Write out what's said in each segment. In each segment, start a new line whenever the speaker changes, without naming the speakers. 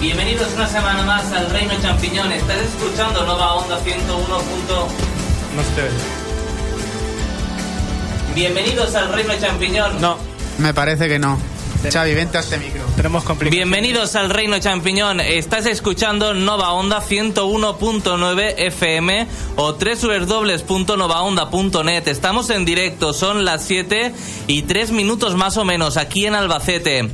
bienvenidos una semana más al Reino Champiñón. Estás escuchando Nova Onda 101.
No se te ve.
Bienvenidos al Reino Champiñón.
No,
Me parece que no. Xavi, vente a este micro.
tenemos complicaciones.
Bienvenidos al Reino Champiñón. Estás escuchando Nova Onda 101.9 FM o www.novaonda.net. Estamos en directo, son las 7 y 3 minutos más o menos aquí en Albacete.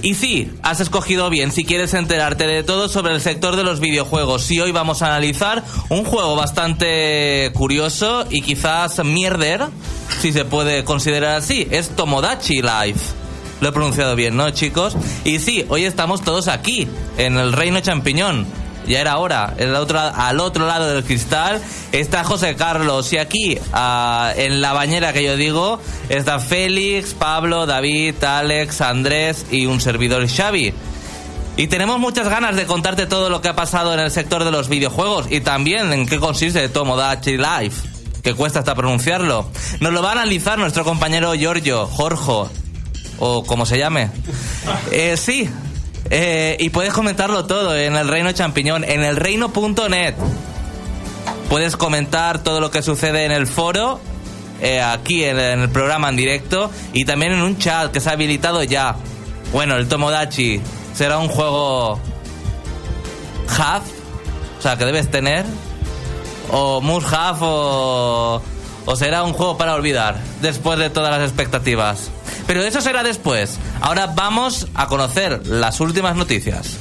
Y sí, has escogido bien si quieres enterarte de todo sobre el sector de los videojuegos. Y hoy vamos a analizar un juego bastante curioso y quizás mierder, si se puede considerar así. Es Tomodachi Life. Lo he pronunciado bien, ¿no, chicos? Y sí, hoy estamos todos aquí, en el Reino Champiñón. Ya era hora. El otro- al otro lado del cristal está José Carlos. Y aquí, ah, en la bañera que yo digo, está Félix, Pablo, David, Alex, Andrés y un servidor Xavi. Y tenemos muchas ganas de contarte todo lo que ha pasado en el sector de los videojuegos y también en qué consiste Tomodachi Life, que cuesta hasta pronunciarlo. Nos lo va a analizar nuestro compañero Giorgio, Jorge, o como se llame. Eh, sí, eh, y puedes comentarlo todo en el Reino Champiñón, en el reino.net. Puedes comentar todo lo que sucede en el foro, eh, aquí en, en el programa en directo, y también en un chat que se ha habilitado ya. Bueno, el Tomodachi será un juego half, o sea, que debes tener, o must have, o, o será un juego para olvidar, después de todas las expectativas. Pero eso será después. Ahora vamos a conocer las últimas noticias.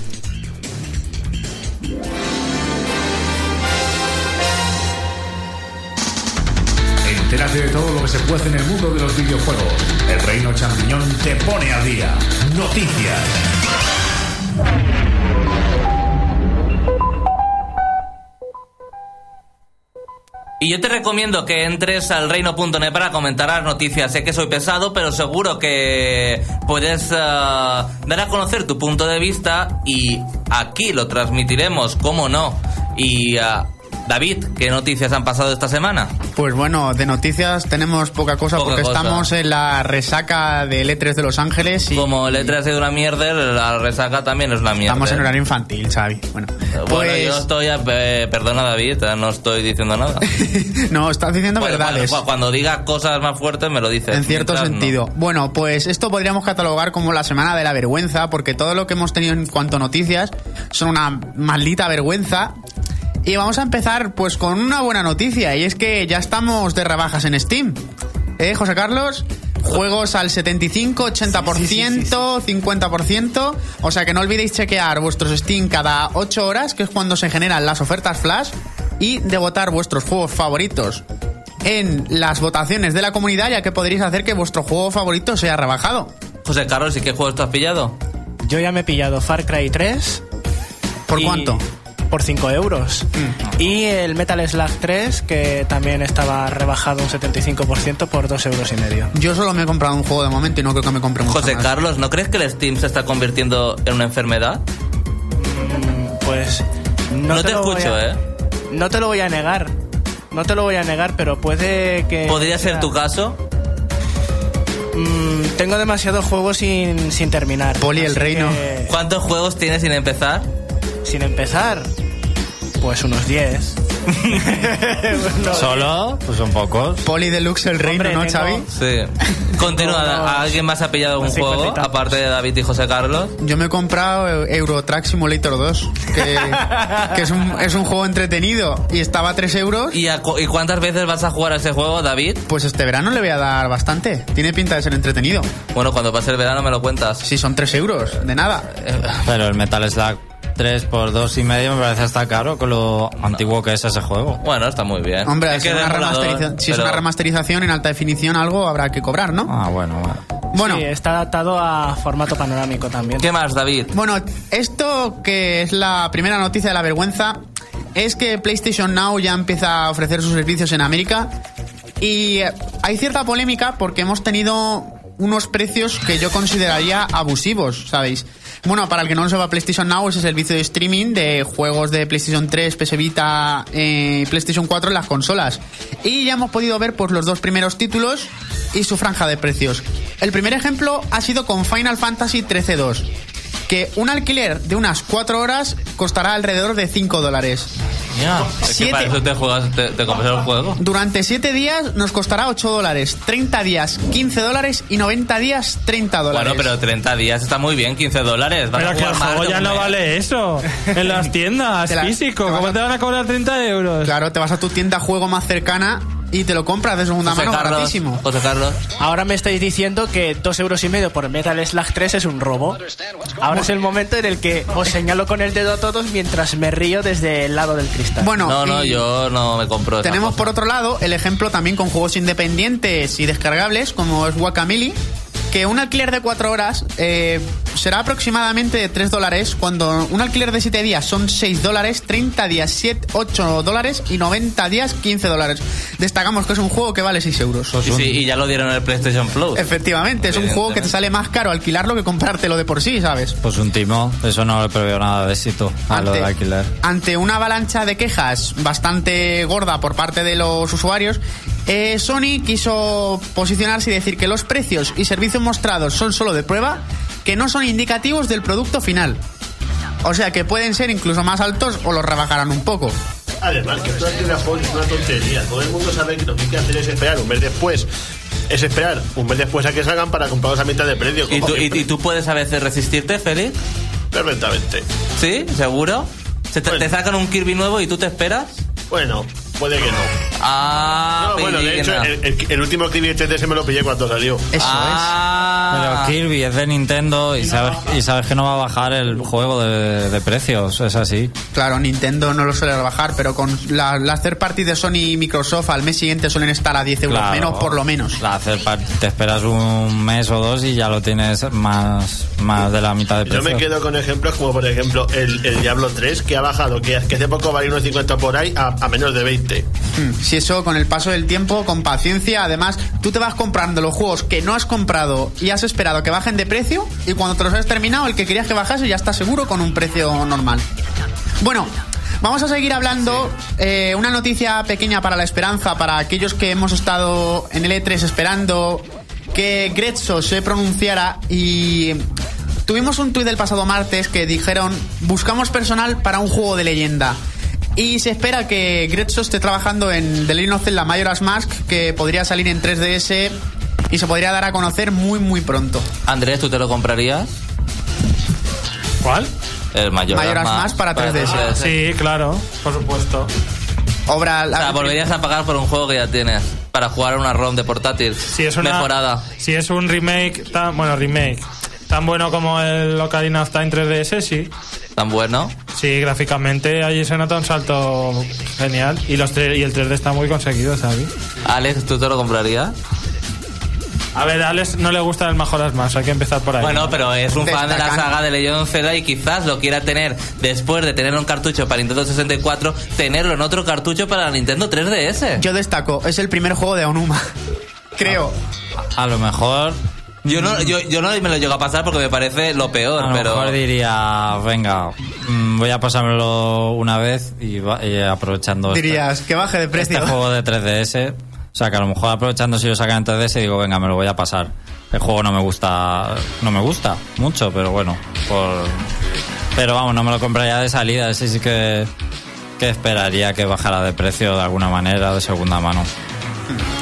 Entérate de todo lo que se puede hacer en el mundo de los videojuegos. El Reino Champiñón te pone al día. Noticias.
Y yo te recomiendo que entres al reino.net para comentar las noticias. Sé que soy pesado, pero seguro que puedes eh, dar a conocer tu punto de vista y aquí lo transmitiremos, cómo no. Y eh, David, ¿qué noticias han pasado esta semana?
Pues bueno, de noticias tenemos poca cosa
Poca
porque
cosa.
estamos en la resaca del E3 de Los Ángeles y
Como letra ha sido una mierda, la resaca también es una mierda.
estamos en horario infantil, Xavi. Bueno,
Bueno,
pues...
yo estoy... a- eh, perdona, David, eh, no estoy diciendo nada.
no, estás diciendo
Bueno,
verdades.
cuando, cuando diga cosas más fuertes me lo dices.
En cierto
Mientras, no.
sentido. Bueno, pues esto podríamos catalogar como la semana de la vergüenza, porque todo lo que hemos tenido en cuanto a noticias son una maldita vergüenza. Y vamos a empezar pues con una buena noticia, y es que ya estamos de rebajas en Steam. ¿Eh, José Carlos? Juegos al 75, 80%, 50%. O sea que no olvidéis chequear vuestros Steam cada 8 horas, que es cuando se generan las ofertas flash, y de votar vuestros juegos favoritos en las votaciones de la comunidad, ya que podréis hacer que vuestro juego favorito sea rebajado.
José Carlos, ¿y qué juegos tú has pillado?
Yo ya me he pillado Far Cry 3.
¿Por
y-
cuánto? Mm.
Por 5 euros. Y el Metal Slug 3, que también estaba rebajado un 75% por 2 euros y medio.
Yo solo me he comprado un juego de momento y no creo que me compre mucho
José
más.
Carlos, ¿no crees que el Steam se está convirtiendo en una enfermedad?
Pues. No,
No te
lo voy
escucho,
a-
¿eh?
No te lo voy a negar. No te lo voy a negar, pero puede que.
Eh,
¿Podría ser
sea-
tu caso?
Mm, tengo demasiados juegos sin, sin terminar.
Poli, el
así
reino.
que,
¿Cuántos juegos tienes sin empezar?
Sin empezar. Pues unos 10. No,
Solo, pues son pocos.
Poli Deluxe el reino,
Hombre,
¿no,
tengo-
Xavi?
Sí. Continúa,
No, no.
¿a- ¿alguien más ha pillado un
Unos
juego?
cincuenta y tantos.
Aparte de David y José Carlos.
Yo me he comprado eh, Euro Truck Simulator 2, que, que es, un, es un juego entretenido y estaba a 3 euros.
¿Y, a cu- ¿Y cuántas veces vas a jugar a ese juego, David?
Pues este verano le voy a dar bastante. Tiene pinta de ser entretenido.
Bueno, cuando pase el verano me lo cuentas.
Si son 3 euros, de nada.
Eh,
Pero el Metal Slug 3 por 2 y medio me parece hasta caro con lo antiguo que es ese juego.
Bueno, está muy bien.
Hombre,
Es
si,
que
es
de
una
emulador,
remasteriza- si es
pero-
una remasterización en alta definición, algo habrá que cobrar, ¿no?
Ah, bueno, bueno.
Bueno,
Sí, está adaptado a formato panorámico también.
¿Qué más, David?
Bueno, esto que es la primera noticia de la vergüenza es que PlayStation Now ya empieza a ofrecer sus servicios en América y eh, hay cierta polémica porque hemos tenido unos precios que yo consideraría abusivos, ¿sabéis? Bueno, para el que no lo sepa, PlayStation Now es el servicio de streaming de juegos de PlayStation 3, PS Vita eh, y PlayStation 4 en las consolas. Y ya hemos podido ver pues, los dos primeros títulos y su franja de precios. El primer ejemplo ha sido con Final Fantasy 13-2 que un alquiler de unas 4 horas costará alrededor de 5 dólares.
Ya, es que
Siete.
para eso te juegas, te, te compras el juego.
Durante 7 días nos costará 8 dólares, 30 días 15 dólares y 90 días 30 dólares.
Bueno, pero 30 días está muy bien, 15 dólares. vas a
Pero que el
jugar más
juego
de
ya
un
no
mes.
vale eso. En las tiendas,
Te la-
físico.
te vas
¿Cómo
a-
te van a cobrar 30 euros?
Claro, te vas a tu tienda juego más cercana y te lo compras de segunda
José
mano
Carlos,
baratísimo.
José Carlos.
Ahora me estáis diciendo que dos euros y medio por Metal Slug 3 es un robo. Ahora es el momento en el que os señalo con el dedo a todos mientras me río desde el lado del cristal.
Bueno,
No, no,
y
yo no me compro esa
tenemos
cosa.
por otro lado el ejemplo también con juegos independientes y descargables como es Guacamili, que un alquiler de 4 horas eh, será aproximadamente de 3 dólares, cuando un alquiler de 7 días son 6 dólares, 30 días 7, 8 dólares y 90 días 15 dólares. Destacamos que es un juego que vale 6 euros.
Y sí, y ya lo dieron en el PlayStation Plus.
Efectivamente, es un juego que te sale más caro alquilarlo que comprártelo de por sí, ¿sabes?
Pues un timo, eso no le preveo nada de éxito a lo del alquiler.
ante una avalancha de quejas bastante gorda por parte de los usuarios, eh, Sony quiso posicionarse y decir que los precios y servicios mostrados son solo de prueba, que no son indicativos del producto final. O sea que pueden ser incluso más altos o los rebajarán un poco.
Además, que esto es una, fo- una tontería. Todo el mundo sabe que lo que hay que hacer es esperar un mes después. Es esperar un mes después a que salgan para comprarlos a mitad de precio.
¿Y
como
tú, y-
siempre.
y tú puedes a veces resistirte, Félix?
Perfectamente.
¿Sí? ¿Seguro? ¿Se te,
Bueno.
te sacan un Kirby nuevo y tú te esperas?
Bueno, puede que no.
Ah,
No, bueno, de hecho,
pillina.
el, el- el último Kirby 3DS me lo pillé cuando salió.
Eso
Ah,
Pero Kirby es de Nintendo y sabes, y sabes que no va a bajar el juego de, de precios, es así.
es. Claro, Nintendo no lo suele rebajar, pero con la- las third parties de Sony y Microsoft al mes siguiente suelen estar a 10 euros
Claro.
menos, por lo menos.
La hacer par- te esperas un mes o dos y ya lo tienes más, más de la mitad de
Yo
precio.
me quedo con ejemplos como, por ejemplo, el, el Diablo 3, que ha bajado, que, que hace poco valía unos 50 por ahí, a, a menos de 20.
Mm, Si eso con el paso del tiempo, con paciencia, además tú te vas comprando los juegos que no has comprado y has esperado que bajen de precio y cuando te los has terminado el que querías que bajase ya está seguro con un precio normal. Bueno, vamos a seguir hablando. eh, una noticia pequeña para la esperanza, para aquellos que hemos estado en el E3 esperando que Grezzo se pronunciara y... Tuvimos un tuit del pasado martes que dijeron buscamos personal para un juego de leyenda. Y se espera que Grezzo esté trabajando en The Legend of Zelda Majora's Mask, que podría salir en 3DS y se podría dar a conocer muy, muy pronto.
Andrés, ¿tú te lo comprarías?
¿Cuál?
El mayor
Mayoras
más,
más para 3DS.
Sí, claro, por supuesto.
Obra...
O sea, volverías a pagar por un juego que ya tienes para jugar a una ROM de portátil
Si es una,
mejorada.
Si es un remake, tan, bueno, remake, tan bueno como el Ocarina of Time 3DS, sí.
Tan bueno.
Sí, gráficamente allí se nota un salto genial. Y, los tre- y el 3D está muy conseguido, ¿sabes?
Alex, ¿tú te lo comprarías?
A ver, a Alex no le gustan el Majora's más, hay que empezar por ahí.
Bueno, pero es un fan de la
Destacando.
saga de Legend of Zelda y quizás lo quiera tener después de tener un cartucho para Nintendo 64, tenerlo en otro cartucho para la Nintendo 3DS. Yo,
Yo destaco, es el primer juego de Onuma. Creo.
Ah.
A lo mejor,
no, yo, yo no me lo llego a pasar porque me parece lo peor,
a lo
pero
mejor diría, venga, mm, voy a pasármelo una vez y, va- y aprovechando este-
Dirías que baje de
este,
precio.
juego de 3DS. O sea, que a lo mejor aprovechando si lo sacan en 3DS digo, venga, me lo voy a pasar. El juego no me gusta, no me gusta mucho, pero bueno, por... Pero vamos, no me lo compraría de salida, ese sí que, que esperaría que bajara de precio de alguna manera, de segunda mano.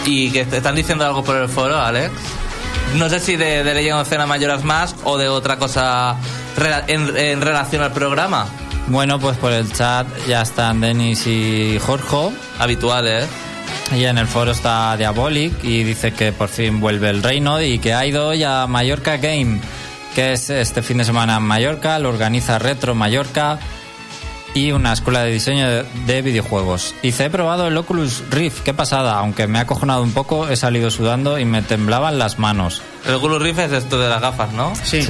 y que te están diciendo algo por el foro, Alex. No sé si de, de Legend of Zelda Majora's Mask o de otra cosa rela- en, en relación al programa
Bueno, pues por el chat ya están Denis y Jorge.
habitual, ¿eh?
Y en el foro está Diabolic y dice que por fin vuelve el reino y que ha ido hoy a Mallorca Game, que es este fin de semana en Mallorca, lo organiza Retro Mallorca y una escuela de diseño de- de videojuegos. Dice, he probado el Oculus Rift, qué pasada, aunque me ha acojonado un poco, he salido sudando y me temblaban las manos.
El Gulu Riff es esto de las gafas, ¿no?
Sí.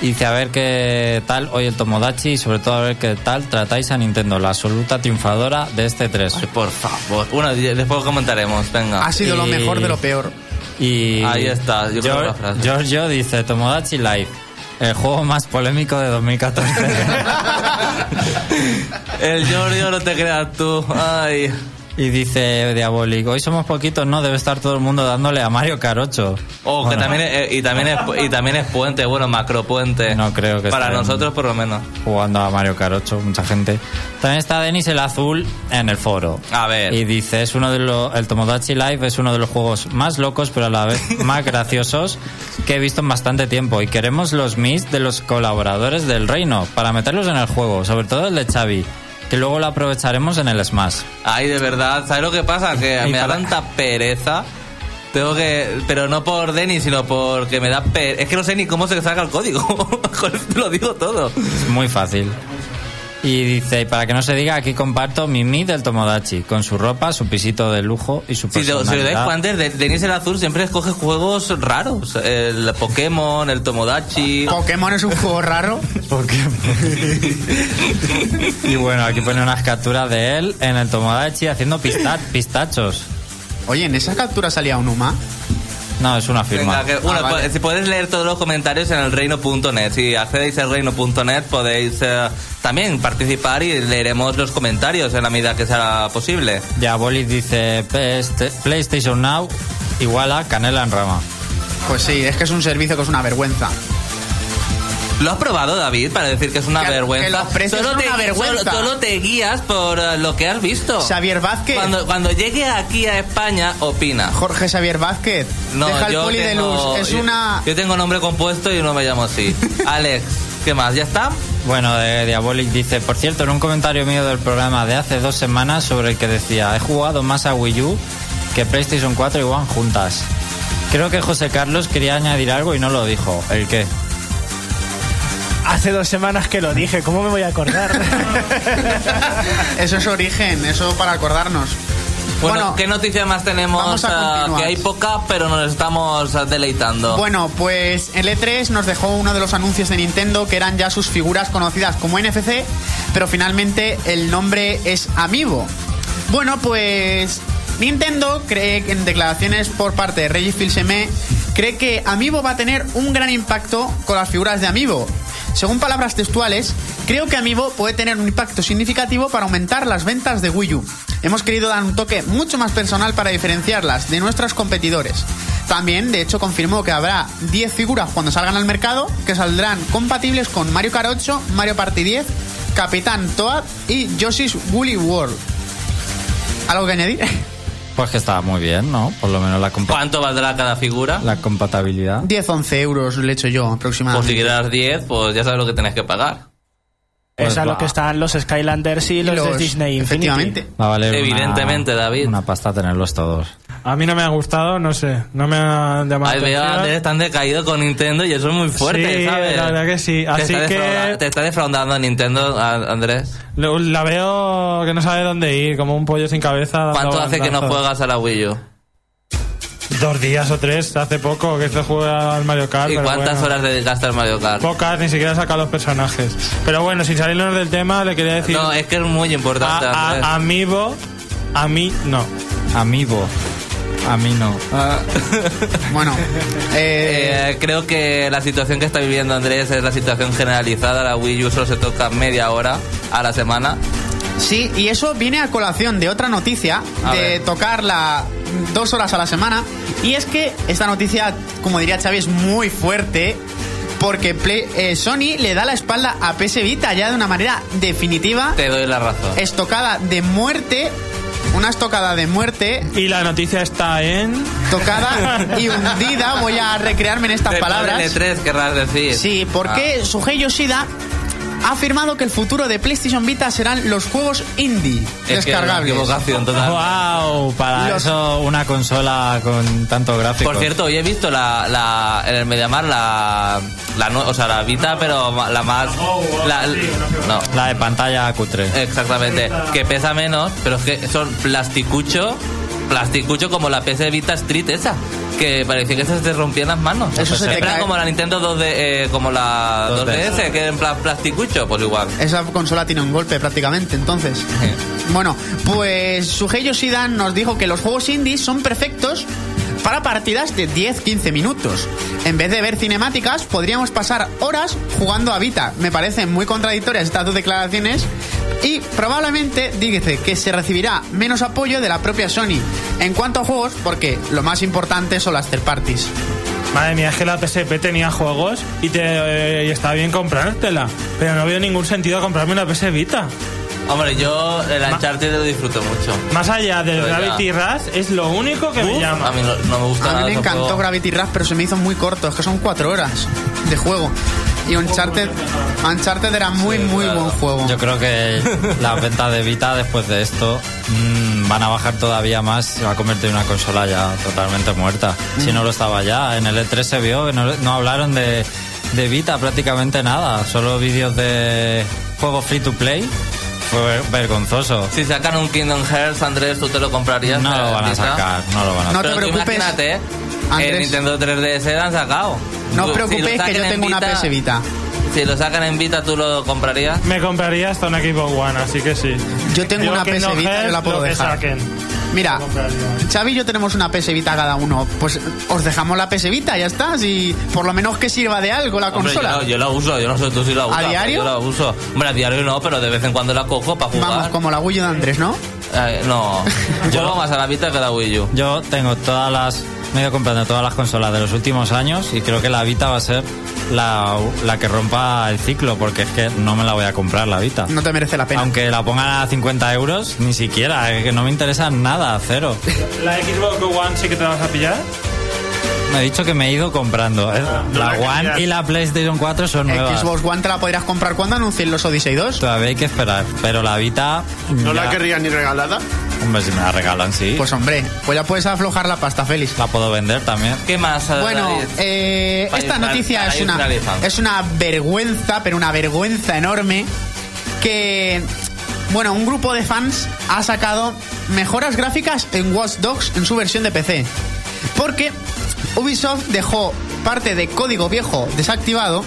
Y dice, a ver qué tal hoy el Tomodachi y sobre todo a ver qué tal tratáis a Nintendo, la absoluta triunfadora de este 3.
Ay, por favor. Bueno, y- después comentaremos, venga.
Ha sido lo
Y-
mejor
Eh.
de lo peor.
Y
Ahí está, yo creo
Gior-
que la frase.
Giorgio dice Tomodachi Life, el juego más polémico de 2014.
El Giorgio no te creas tú. Ay.
Y dice Diabolic, hoy somos poquitos, ¿no? Debe estar todo el mundo dándole a Mario Carocho.
O que también es- eh, y también es pu- y también es puente, bueno, macropuente.
No creo que
Para
estén-
nosotros por lo menos.
Jugando a Mario Carocho, mucha gente. También está Denis el Azul en el foro.
A ver.
Y dice, es uno de los... El Tomodachi Live es uno de los juegos más locos, pero a la vez más graciosos que he visto en bastante tiempo. Y queremos los mis de los colaboradores del reino para meterlos en el juego, sobre todo el de Xavi, que luego lo aprovecharemos en el Smash.
Ay, de verdad, ¿sabes lo que pasa? Que me da tanta pereza. Tengo que. Pero no por Denis, sino porque me da pereza. Es que no sé ni cómo se saca el código. Con esto lo digo todo.
Es muy fácil. Y dice, y para que no se diga, aquí comparto mi mi del Tomodachi, con su ropa, su pisito de lujo y su
Si, te- si os dais
personalidad.
cuenta, de- Denis el Azul siempre escoge juegos raros. El Pokémon, el Tomodachi.
Pokémon es un juego raro.
Y bueno, aquí pone unas capturas de él en el Tomodachi haciendo pista- pistachos.
Oye, en esa captura salía un Uma.
No, es una firma.
Venga, que- bueno,
vale.
pues, si podéis leer todos los comentarios en el reino.net. Si accedéis al reino.net podéis eh, también participar y leeremos los comentarios en la medida que sea posible.
Diabolis dice "Peste- PlayStation Now igual a Canela en Rama.
Pues sí, es que es un servicio que es una vergüenza.
¿Lo has probado, David, para decir que es una
Que- que
vergüenza?
los precios son
te,
una vergüenza.
Solo, solo te guías por eh, lo que has visto.
Oh.
Xavier Vázquez.
Cuando, cuando llegue aquí a España, opina.
Jorge Xavier Vázquez.
No,
Deja el
yo
poli de
tengo-
luz. Es
yo-
una.
Yo tengo nombre compuesto y no me llamo así. Alex, ¿qué más? ¿Ya está?
Bueno, de Diabolic dice, por cierto, en un comentario mío del programa de hace dos semanas sobre el que decía, he jugado más a Wii U que PlayStation 4 y One juntas. Creo que José Carlos quería añadir algo y no lo dijo. ¿El qué?
Hace dos semanas que lo dije, ¿cómo me voy a acordar?
Eso es origen, eso para acordarnos.
Bueno,
Bueno,
¿qué noticia más tenemos?
vamos a
Ah,
continuar.
que hay poca, pero nos estamos ah, deleitando.
Bueno, pues el E3 nos dejó uno de los anuncios de Nintendo que eran ya sus figuras conocidas como NFC, pero finalmente el nombre es Amiibo. Bueno, pues Nintendo cree que en declaraciones por parte de Reggie Fils-Aimé cree que Amiibo va a tener un gran impacto con las figuras de Amiibo. Según palabras textuales, creo que Amiibo puede tener un impacto significativo para aumentar las ventas de Wii U. Hemos querido dar un toque mucho más personal para diferenciarlas de nuestros competidores. También, de hecho, confirmó que habrá 10 figuras cuando salgan al mercado que saldrán compatibles con Mario Kart 8, Mario Party 10, Capitán Toad y Yoshi's Woolly World. ¿Algo que añadir?
Pues que estaba muy bien, ¿no? Por lo menos la, compa-
¿Cuánto valdrá cada figura?
la compatibilidad.
10-11 euros le echo yo
Pues si
aproximadamente.
quieras 10, pues ya sabes lo que tenés que pagar.
es a
va.
lo que están los Skylanders Pues y los, de Disney Infinity.
Efectivamente.
Va a valer una-
Evidentemente, David.
Una pasta tenerlos todos.
A mí no me ha gustado, no sé. No me ha llamado
Ay,
la
veo,
atención.
Andrés, están decaídos con Nintendo y eso es muy fuerte,
Sí,
¿sabes?
la verdad que sí. Así
te está
que-
defrauda- Te está defraudando Nintendo, a- Andrés.
Lo- La veo que no sabe dónde ir, como un pollo sin cabeza. dando
¿Cuánto hace que no
bandazos.
juegas a la Wii U?
Dos días o tres, hace poco que se juega al Mario Kart.
¿Y
Ah, pero
cuántas
bueno.
horas dedicaste al Mario Kart?
Pocas, ni siquiera saca los personajes. Pero bueno, sin salirnos del tema, le quería decir...
No, es que es muy
a,
importante,
a-
Andrés.
Amiibo, a mí no.
Amigo. A mí no.
Ah.
Bueno, eh,
Eh, creo que la situación que está viviendo Andrés es la situación generalizada. La Wii U solo se toca media hora a la semana.
Sí, y eso viene a colación de otra noticia,
A
de
ver.
tocarla dos horas a la semana. Y es que esta noticia, como diría Xavi, es muy fuerte. Porque Play- eh, Sony le da la espalda a PS Vita ya de una manera definitiva.
Te doy la razón.
Estocada de muerte. Una estocada de muerte.
Y la noticia está en...
Tocada y hundida. Voy a recrearme en estas
Después
palabras.
del E3 querrás decir.
Sí, porque
Ah.
Sugei Yoshida ha afirmado que el futuro de PlayStation Vita serán los juegos indie
Ah, es que era una
descargables.
equivocación total.
¡Wow! Para
Los-
eso una consola con tanto gráfico.
Por cierto, hoy he visto la, la, en el Mediamar la, la, nu- o sea, la Vita, pero ma- la más... La, no,
La de pantalla cutre.
Eh, exactamente. Que pesa menos, pero es que son plasticucho, plasticucho como la PS Vita Street esa. Que parecía que se te rompían las manos.
Eso se
En
te
plan
cae.
como la Nintendo 2D, eh, como la
2DS.
2DS, que en plan plasticucho, pues igual.
Esa consola tiene un golpe prácticamente, entonces. Bueno, pues Sugei Yoshida nos dijo que los juegos indies son perfectos para partidas de 10-15 minutos. En vez de ver cinemáticas, podríamos pasar horas jugando a Vita. Me parecen muy contradictorias estas dos declaraciones, y probablemente, dígase, que se recibirá menos apoyo de la propia Sony en cuanto a juegos, porque lo más importante son las third parties.
Madre mía, es que la PSP tenía juegos y, te, eh, y estaba bien comprártela. Pero no veo ningún sentido comprarme una PS Vita.
Hombre, yo el Uncharted lo disfruto mucho.
Más allá del
Pero Pues ya.
Gravity Rush, es lo único que me llama.
A mí no, no me gusta
A
nada
mí me
ese
encantó
juego.
Gravity Rush, pero se me hizo muy corto, es que son cuatro horas de juego. Y Uncharted, Uncharted era muy, muy
claro.
buen juego.
Yo creo que las ventas de Vita después de esto mm, van a bajar todavía más. Se va a convertir en una consola ya totalmente muerta.
Mm.
Si no lo estaba ya. En el E3 se vio que no, no hablaron de, de Vita prácticamente nada. Solo vídeos de juegos free to play. Fue vergonzoso.
Si sacan un Kingdom Hearts, Andrés, tú te lo comprarías.
No
para
lo van a
Vita?
sacar. No lo van a
No
sacar.
te
Pero tú
preocupes,
Imagínate, eh,
Andrés.
el Nintendo 3DS lo han sacado.
No os
Tú, si lo
preocupéis que
sacan
yo
en
tengo una PS Vita.
Si lo sacan en Vita, ¿tú lo comprarías?
Me compraría hasta una Xbox One, así que sí.
Yo tengo
Digo
una
que
PS
no
Vita,
es
yo la puedo
lo que
dejar.
saquen.
Mira,
compraría.
Xavi y yo tenemos una PS Vita cada uno. Pues os dejamos la PS Vita, ya está. Si por lo menos que sirva de algo la
Hombre,
consola.
yo, la- yo la uso, yo no sé tú si la usas. pero
diario?
Yo la uso. Hombre, a diario no, pero de vez en cuando la cojo para jugar.
Vamos, como la Wii U de Andrés, ¿no?
Eh, no, yo hago más a la Vita que a la Wii U.
Yo tengo todas las. Me he ido comprando todas las consolas de los últimos años y creo que la Vita va a ser la, la que rompa el ciclo, porque es que no me la voy a comprar la Vita.
No te merece la pena.
Aunque la pongan a 50 euros, ni siquiera, es que no me interesa nada, cero.
¿La Xbox One sí que te la vas a pillar?
Me he dicho que me he ido comprando. ¿eh?
no
La
la cambias.
One y la PlayStation 4 son nuevas.
Xbox One te la podrás comprar cuando anuncien los Odyssey 2.
Todavía hay que esperar, pero la Vita.
¿No
ya-
la querrías ni regalada?
Hombre, si me la regalan, sí.
Pues hombre, pues ya puedes aflojar la pasta, Félix.
la puedo vender también.
¿Qué más? eh,
Bueno,
David?
eh,
Para
esta
inflar-
noticia
para
es una,
inflar-
es una vergüenza, pero una vergüenza enorme. Que, bueno, un grupo de fans ha sacado mejoras gráficas en Watch Dogs en su versión de PC. Porque Ubisoft dejó parte de código viejo desactivado.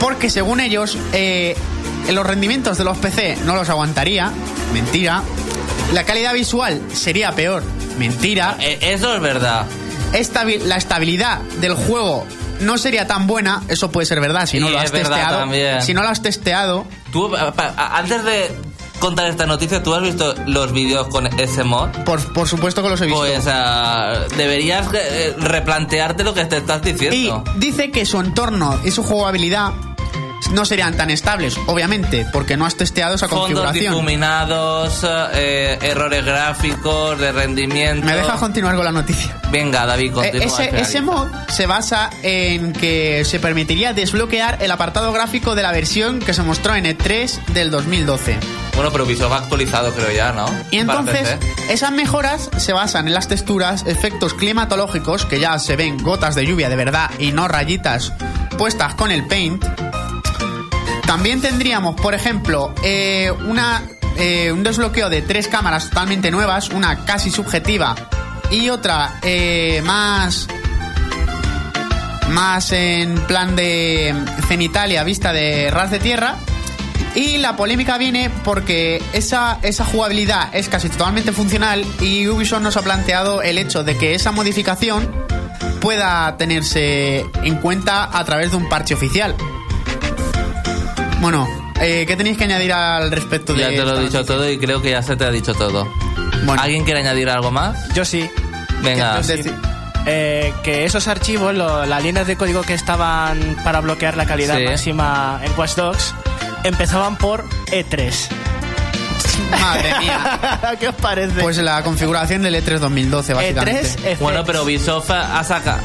Porque según ellos, eh, los rendimientos de los PC no los aguantaría. Mentira. La calidad visual sería peor. Mentira.
Eh, eso es verdad.
Estabi- la estabilidad del juego no sería tan buena, eso puede ser verdad, si no
Y
lo has
es verdad
testeado.
también.
Si no lo has testeado,
Tú, pa- pa- antes de contar esta noticia, ¿tú has visto los vídeos con ese mod?
por, por supuesto que los he visto.
Pues ah, deberías eh, replantearte lo que te estás
y
diciendo.
dice que su entorno y su jugabilidad no serían tan estables, obviamente, porque no has testeado esa
Fondos
configuración.
difuminados, eh, errores gráficos, de rendimiento.
¿Me dejas continuar con la noticia?
Venga, David,
Eh,
continúa.
ese,
Ferrari.
ese mod se basa en que se permitiría desbloquear el apartado gráfico de la versión que se mostró en E3 del 2012.
Bueno, pero Ubisoft ha actualizado, creo ya, ¿no?
Y
Para
entonces,
PC.
esas mejoras se basan en las texturas, efectos climatológicos, que ya se ven gotas de lluvia de verdad y no rayitas puestas con el paint. También tendríamos, por ejemplo, eh, una, eh, un desbloqueo de tres cámaras totalmente nuevas, una casi subjetiva y otra eh, más más en plan de mm, cenitalia vista de ras de tierra. Y la polémica viene porque esa, esa jugabilidad es casi totalmente funcional y Ubisoft nos ha planteado el hecho de que esa modificación pueda tenerse en cuenta a través de un parche oficial. Bueno, eh, ¿qué tenéis que añadir al respecto de
Ya te lo
esta
he dicho
noticia?
todo y creo que ya se te ha dicho todo.
Bueno.
¿Alguien quiere añadir algo más?
Yo sí.
Venga.
Entonces,
Eh, que esos archivos, lo- las líneas de código que estaban para bloquear la calidad
Sí.
máxima en Watch Dogs, empezaban por E E3.
Madre mía.
¿Qué os parece?
Pues la configuración del E3 2012,
E
básicamente.
E3, E3.
Bueno, pero Ubisoft ha sacado,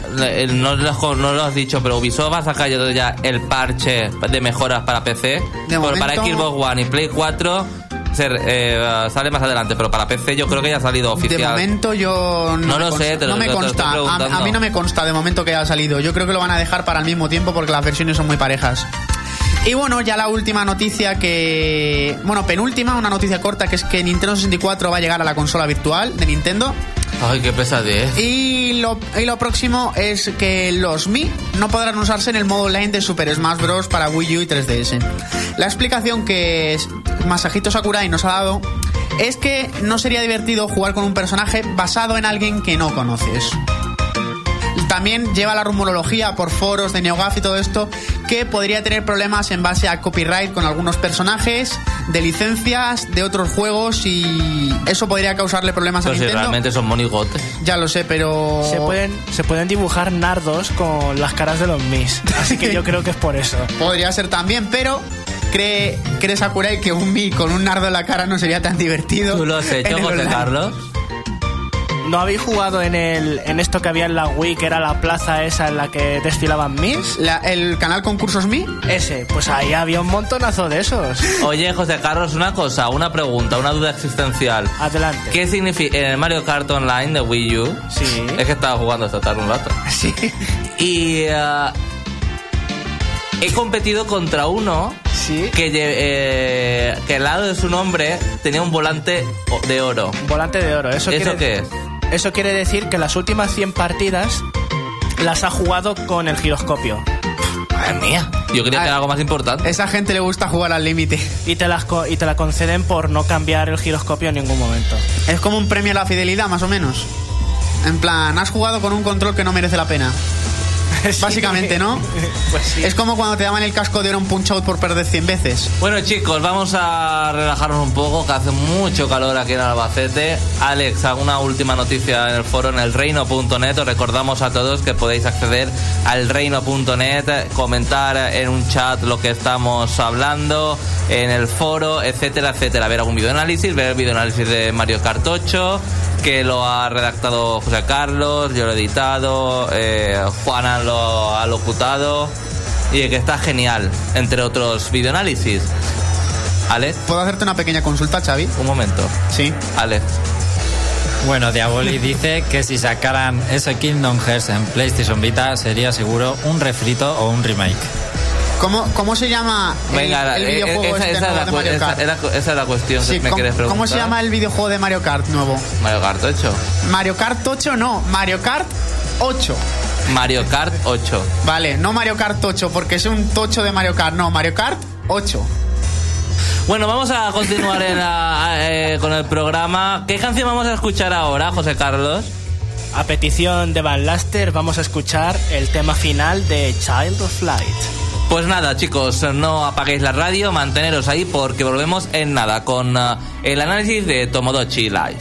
no, lo- no lo has dicho, pero Ubisoft ha sacado ya el parche de mejoras para PC.
De
Bueno, para
momento-
Xbox One y Play 4 se- eh, sale más adelante, pero para PC yo creo que ya ha salido oficial.
De momento yo no,
No
me
lo sé,
consta-
te lo-
no me
te lo
consta.
estoy
A- a,
preguntando.
mí no me consta de momento que haya salido. Yo creo que lo van a dejar para el mismo tiempo porque las versiones son muy parejas. Y bueno, ya la última noticia que... Bueno, penúltima, una noticia corta que es que Nintendo 64 va a llegar a la consola virtual de Nintendo.
Ay, qué pesadez.
Y lo, y lo próximo es que los Mi no podrán usarse en el modo online de Super Smash Bros. para Wii U y 3DS. La explicación que es- Masajito Sakurai nos ha dado es que no sería divertido jugar con un personaje basado en alguien que no conoces. También lleva la rumorología por foros de NeoGAF y todo esto que podría tener problemas en base a copyright con algunos personajes, de licencias, de otros juegos y eso podría causarle problemas a
Pero si
Nintendo.
realmente son monigotes.
Ya lo sé, pero...
Se pueden, se pueden dibujar nardos con las caras de los Mis. Así que yo creo que es por eso.
Podría ser también, pero... ¿Cree, ¿Cree Sakurai que un Mi con un nardo en la cara no sería tan divertido?
¿Tú lo has
en
hecho,
el
José
online?
Carlos?
¿No habéis jugado en, el, en esto que había en la Wii, que era la plaza esa en la que desfilaban Mis?
La- ¿El canal Concursos Mi?
Ese, pues ahí había un montonazo de esos.
Oye, José Carlos, una cosa, una pregunta, una duda existencial.
Adelante.
¿Qué significa en el Mario Kart Online de Wii U?
Sí.
Es que estaba jugando esta tarde un rato.
Sí.
Y eh, he competido contra uno
Sí.
que, lle- eh, que al lado de su nombre tenía un volante o- de oro.
Volante de oro. Eso,
¿Eso
quiere,
qué es?
Eso quiere decir que las últimas 100 partidas las ha jugado con el giroscopio.
Madre mía.
Yo quería
Ah,
que era algo más importante.
Esa gente le gusta jugar al límite.
Y te, las co- y te la conceden por no cambiar el giroscopio en ningún momento.
Es como un premio a la fidelidad, más o menos. En plan, has jugado con un control que no merece la pena.
Sí.
Básicamente, ¿no?
Pues sí.
Es como cuando te daban el casco de un punch out por perder 100 veces.
Bueno chicos, vamos a relajarnos un poco, que hace mucho calor aquí en Albacete. Alex, alguna última noticia en el foro en elreino.net. Os recordamos a todos que podéis acceder al reino.net, comentar en un chat lo que estamos hablando, en el foro, etcétera, etcétera. Ver algún videoanálisis, ver el videoanálisis de Mario Cartocho, que lo ha redactado José Carlos, yo lo he editado, eh, Juana lo ha locutado y el que está genial, entre otros videoanálisis. Alex,
¿Puedo hacerte una pequeña consulta, Xavi?
un momento.
Sí.
Alex,
Bueno, Diaboli dice que si sacaran ese Kingdom Hearts en PlayStation Vita sería seguro un refrito o un remake.
¿Cómo, cómo se llama el,
venga,
el
eh,
videojuego
esa,
este
esa es
nuevo
la
de
cu-
Mario
esa-
Kart?
era- esa es la cuestión
Sí,
que me
¿cómo,
quieres preguntar.
cómo se llama el videojuego de Mario Kart nuevo?
Mario Kart 8.
Mario Kart 8, no, Mario Kart 8.
Mario Kart 8.
Vale, no Mario Kart 8, porque es un tocho de Mario Kart, no, Mario Kart 8.
Bueno, vamos a continuar en la- eh, con el programa. ¿Qué canción vamos a escuchar ahora, José Carlos?
A petición de Van Laster vamos a escuchar el tema final de Child of Light.
Pues nada, chicos, no apaguéis la radio, manteneros ahí porque volvemos en nada con eh, el análisis de Tomodachi Live.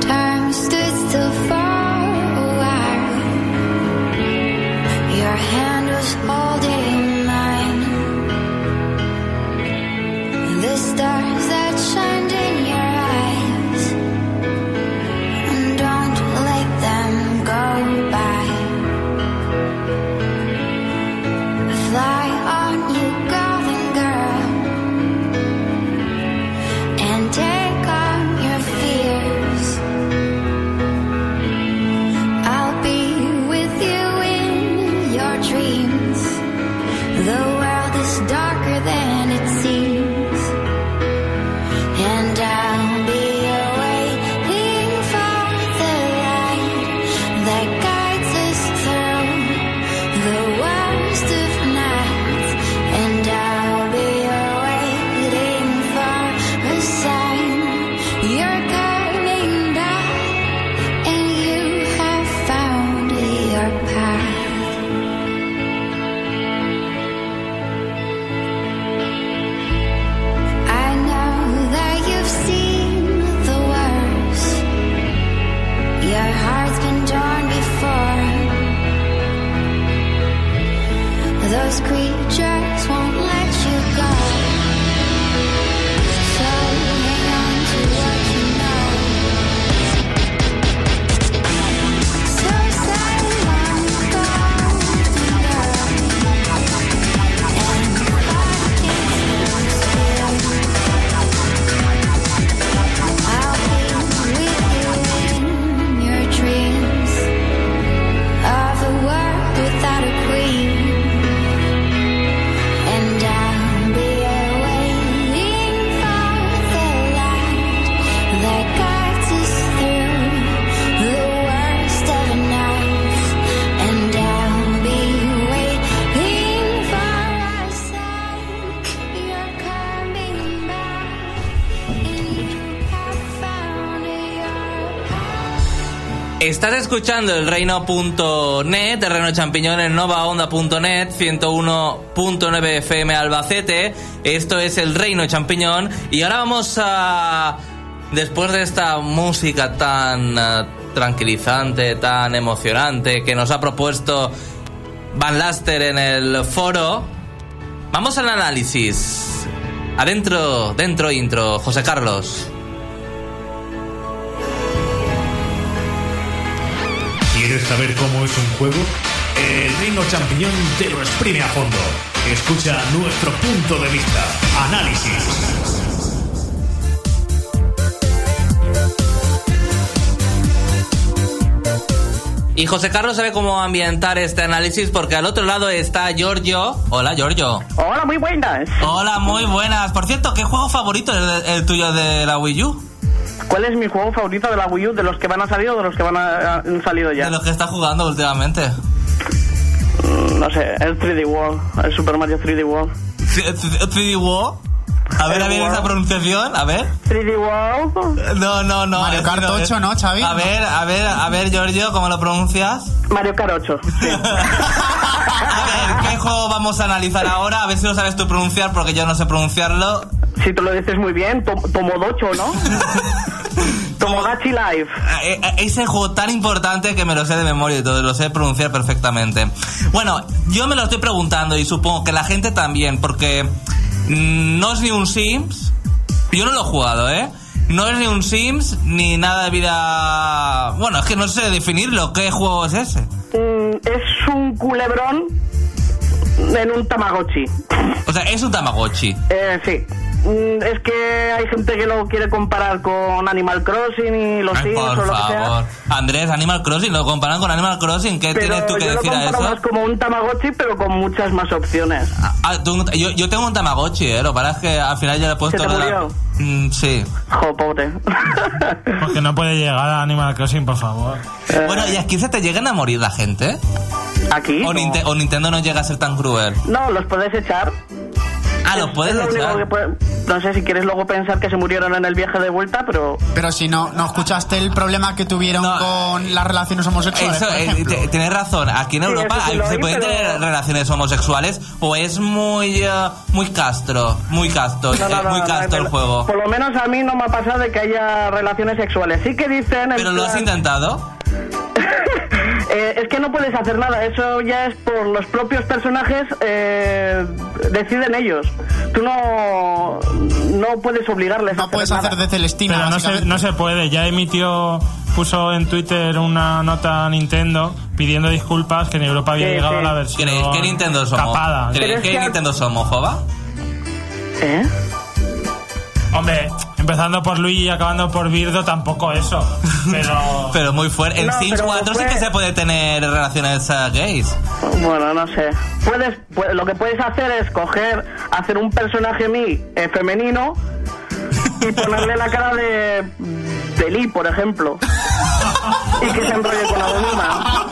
Time stood still for a while. Your hand was
Estás escuchando el reino.net, el reino de champiñones, novaonda.net, 101.9 FM Albacete. Esto es el reino champiñón. Y ahora vamos a. Después de esta música tan eh, tranquilizante, tan emocionante que nos ha propuesto Van Laster en el foro, vamos al análisis. Adentro, dentro intro, José Carlos.
¿Quieres saber cómo es un juego? El Reino Champiñón te lo exprime a fondo. Escucha nuestro punto de vista. Análisis.
Y José Carlos sabe cómo ambientar este análisis porque al otro lado está Giorgio. Hola, Giorgio.
Hola, muy buenas.
Hola, muy buenas. Por cierto, ¿qué juego favorito es el, el tuyo de la Wii U?
¿Cuál es mi juego favorito de la Wii U? ¿De los que van a salir o de los que van a, Eh, han salido ya?
De los que estás jugando últimamente.
Mm, No sé, el 3D World, el Super Mario 3D World.
3D World. A ver, a ver esa pronunciación, a ver.
3D World,
No, no, no.
Mario
eh,
Kart
no, eh.
8, ¿no, Xavi?
A ver, a ver, a ver, Giorgio, ¿cómo lo pronuncias?
Mario Kart 8. sí.
A ver, ¿qué juego vamos a analizar ahora? A ver si lo sabes tú pronunciar porque yo no sé pronunciarlo.
si te lo dices muy bien, Tom- Tomodocho, ¿no? Tomodachi Live.
Eh, eh, Ese juego tan importante que me lo sé de memoria y todo, lo sé pronunciar perfectamente. Bueno, yo me lo estoy preguntando y supongo que la gente también, porque mm, no es ni un Sims. Yo no lo he jugado, ¿eh? No es ni un Sims ni nada de vida. Bueno, es que no sé definirlo. ¿Qué juego es ese?
Mm, es un culebrón en un Tamagotchi.
O sea, es un Tamagotchi.
Eh, sí. Mm, Es que hay gente que lo quiere comparar con Animal Crossing y los
Ay,
Sims o
por
lo que
favor.
sea.
Andrés, Animal Crossing, lo comparan con Animal Crossing. ¿Qué tienes
Pero
tú que
yo lo
decir a
comparo
eso?
más como un Tamagotchi, pero con muchas más opciones.
Ah, tú- yo, yo tengo un Tamagotchi, ¿eh? Lo que pasa es que al final ya le he puesto...
¿Se te
la-
murió?
Mm, sí.
Jo, pobre.
Porque no puede llegar a Animal Crossing, por favor.
Eh,
Bueno, ¿y aquí se te llegan a morir la gente?
¿Aquí?
¿O,
no.
Ninte- o Nintendo no llega a ser tan cruel?
No, los puedes echar.
Ah, lo
Es-
puedes
es único que
echar.
puede- No sé si quieres luego pensar que se murieron en el viaje de vuelta, pero
Pero si no, no escuchaste el problema que tuvieron
No.
con las relaciones homosexuales.
Eso,
por
eh,
ejemplo.
te- tienes razón. Aquí en
Sí,
Europa
eso sí
hay-
lo
se
hay,
pueden
pero-
tener relaciones homosexuales o es muy eh, muy castro, muy casto,
No,
eh,
no, no,
muy
no,
casto
no,
el
no.
juego.
Por lo menos a mí no me ha pasado de que haya relaciones sexuales. Sí que dicen. en
Pero lo has
plan,
intentado.
eh, es que no puedes hacer nada. Eso ya es por los propios personajes. eh, deciden ellos. Tú no, no puedes obligarles. a
No puedes hacer
nada.
de Celestina.
Pero no se,
básicamente.
no se puede. Ya emitió, puso en Twitter una nota a Nintendo pidiendo disculpas que en Europa había
Sí,
llegado
sí.
la versión
¿Creéis que Nintendo es
tapada.
homófoba?
Pero
¿Creéis
es
que
que-
Nintendo es homófoba?
¿Eh?
Hombre, empezando por Luigi y acabando por Birdo, tampoco eso. Pero...
Pero muy fuerte. En
No,
Sims
pero
4 sí
fue-
que se puede tener relaciones eh, gays.
Bueno, no sé. Puedes, pu- lo que puedes hacer es coger, hacer un personaje mí eh, femenino y ponerle la cara de, de Lee, por ejemplo. y que se enrolle con la bomba.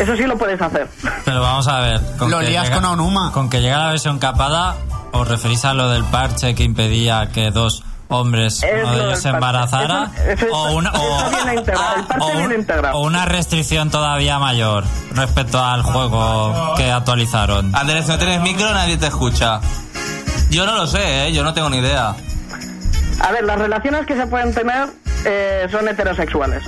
Eso sí lo puedes hacer.
Pero vamos a ver.
Lo
que
lías con Aonuma.
Con que llega la versión capada, ¿os referís a lo del parche que impedía que dos hombres, uno
Es lo
de
del
ellos se
parche.
embarazara?
Eso- eso-
o una, o-
eso viene integrado, el parche
o
viene integrado.
o una restricción todavía mayor respecto al juego que actualizaron.
Andrés, si no tienes micro, nadie te escucha. Yo no lo sé, ¿eh? yo no tengo ni idea.
A ver, las relaciones que se pueden tener eh, son heterosexuales.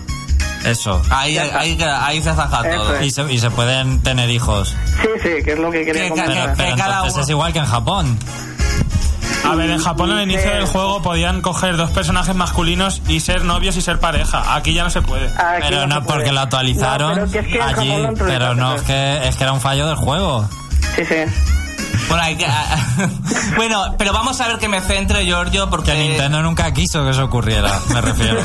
Eso.
Ahí,
Ya está.
ahí, ahí se zanja
Eso
todo.
es.
Y se, y se pueden tener hijos.
Sí, sí, que es lo que quería
Que- que-
Pero,
comentar.
pero
cada
entonces
uno-
es igual que en Japón.
A ver, en Japón al inicio del juego podían coger dos personajes masculinos y ser novios y ser pareja. Aquí ya no se puede.
Aquí
Pero
se
pues,
no
puede.
porque lo actualizaron
No, pero que es que en
allí.
Japón lo han
Pero
actualizado,
no, es que, es que era un fallo del juego.
Sí, sí.
Bueno, hay que- ah, bueno, pero vamos a ver que me centre, Giorgio, porque
Que Nintendo nunca quiso que eso ocurriera, me refiero.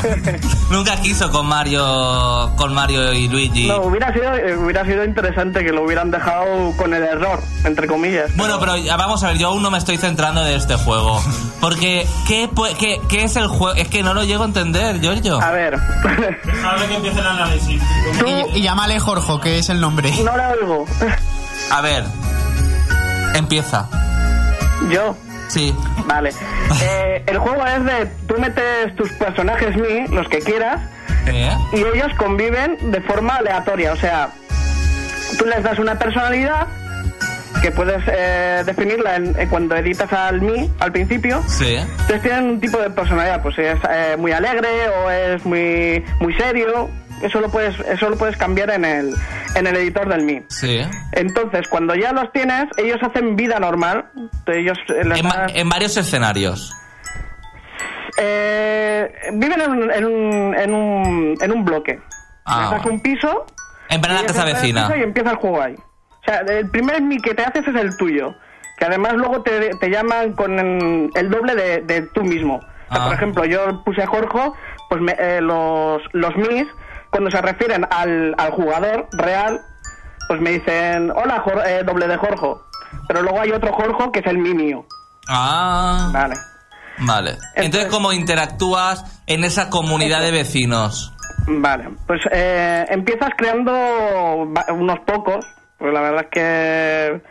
nunca quiso con Mario, con Mario y Luigi.
No, hubiera sido, eh, hubiera sido interesante que lo hubieran dejado con el error, entre comillas.
Bueno, pero ya vamos a ver, yo aún no me estoy centrando de este juego. Porque, ¿qué, pu- qué, qué es el juego? Es que no lo llego a entender, Giorgio.
A ver,
Ahora que empiece el análisis.
Y, y llámale Jorge, que es el nombre.
no la oigo.
A ver, empieza.
Yo,
Sí.
vale. Eh, el juego es de tú metes tus personajes mí, los que quieras,
¿Eh?
y ellos conviven de forma aleatoria. O sea, tú les das una personalidad que puedes eh, definirla en- en cuando editas al mí al principio.
Sí. ¿eh?
Entonces tienen un tipo de personalidad, pues si es eh, muy alegre o es muy muy serio. Eso lo puedes eso lo puedes cambiar en el en el editor del mí.
Sí. ¿eh?
Entonces, cuando ya los tienes, ellos hacen vida normal. Entonces, ellos eh, les
En, va-
das-
en varios escenarios.
eh, viven en un, en, un, en, un, en un bloque.
Ah,
Les das
bueno.
un piso
En plan
y
la
ellos
casa
entran al
vecina.
piso Y em- empieza el juego ahí. O sea, el primer mi que te haces es el tuyo. Que además luego te, te llaman con el doble de, de tú mismo. O sea,
Ah.
Por ejemplo, yo puse a Jorge, pues me- eh, los, los mis, cuando se refieren al, al jugador real, pues me dicen, hola, Jor- eh, doble de Jorge. Pero luego hay otro Jorge que es el mi mío.
Ah,
Vale.
vale. Entonces, ¿cómo interactúas en esa comunidad de vecinos?
Vale, pues eh, empiezas creando va- unos pocos, porque la verdad es que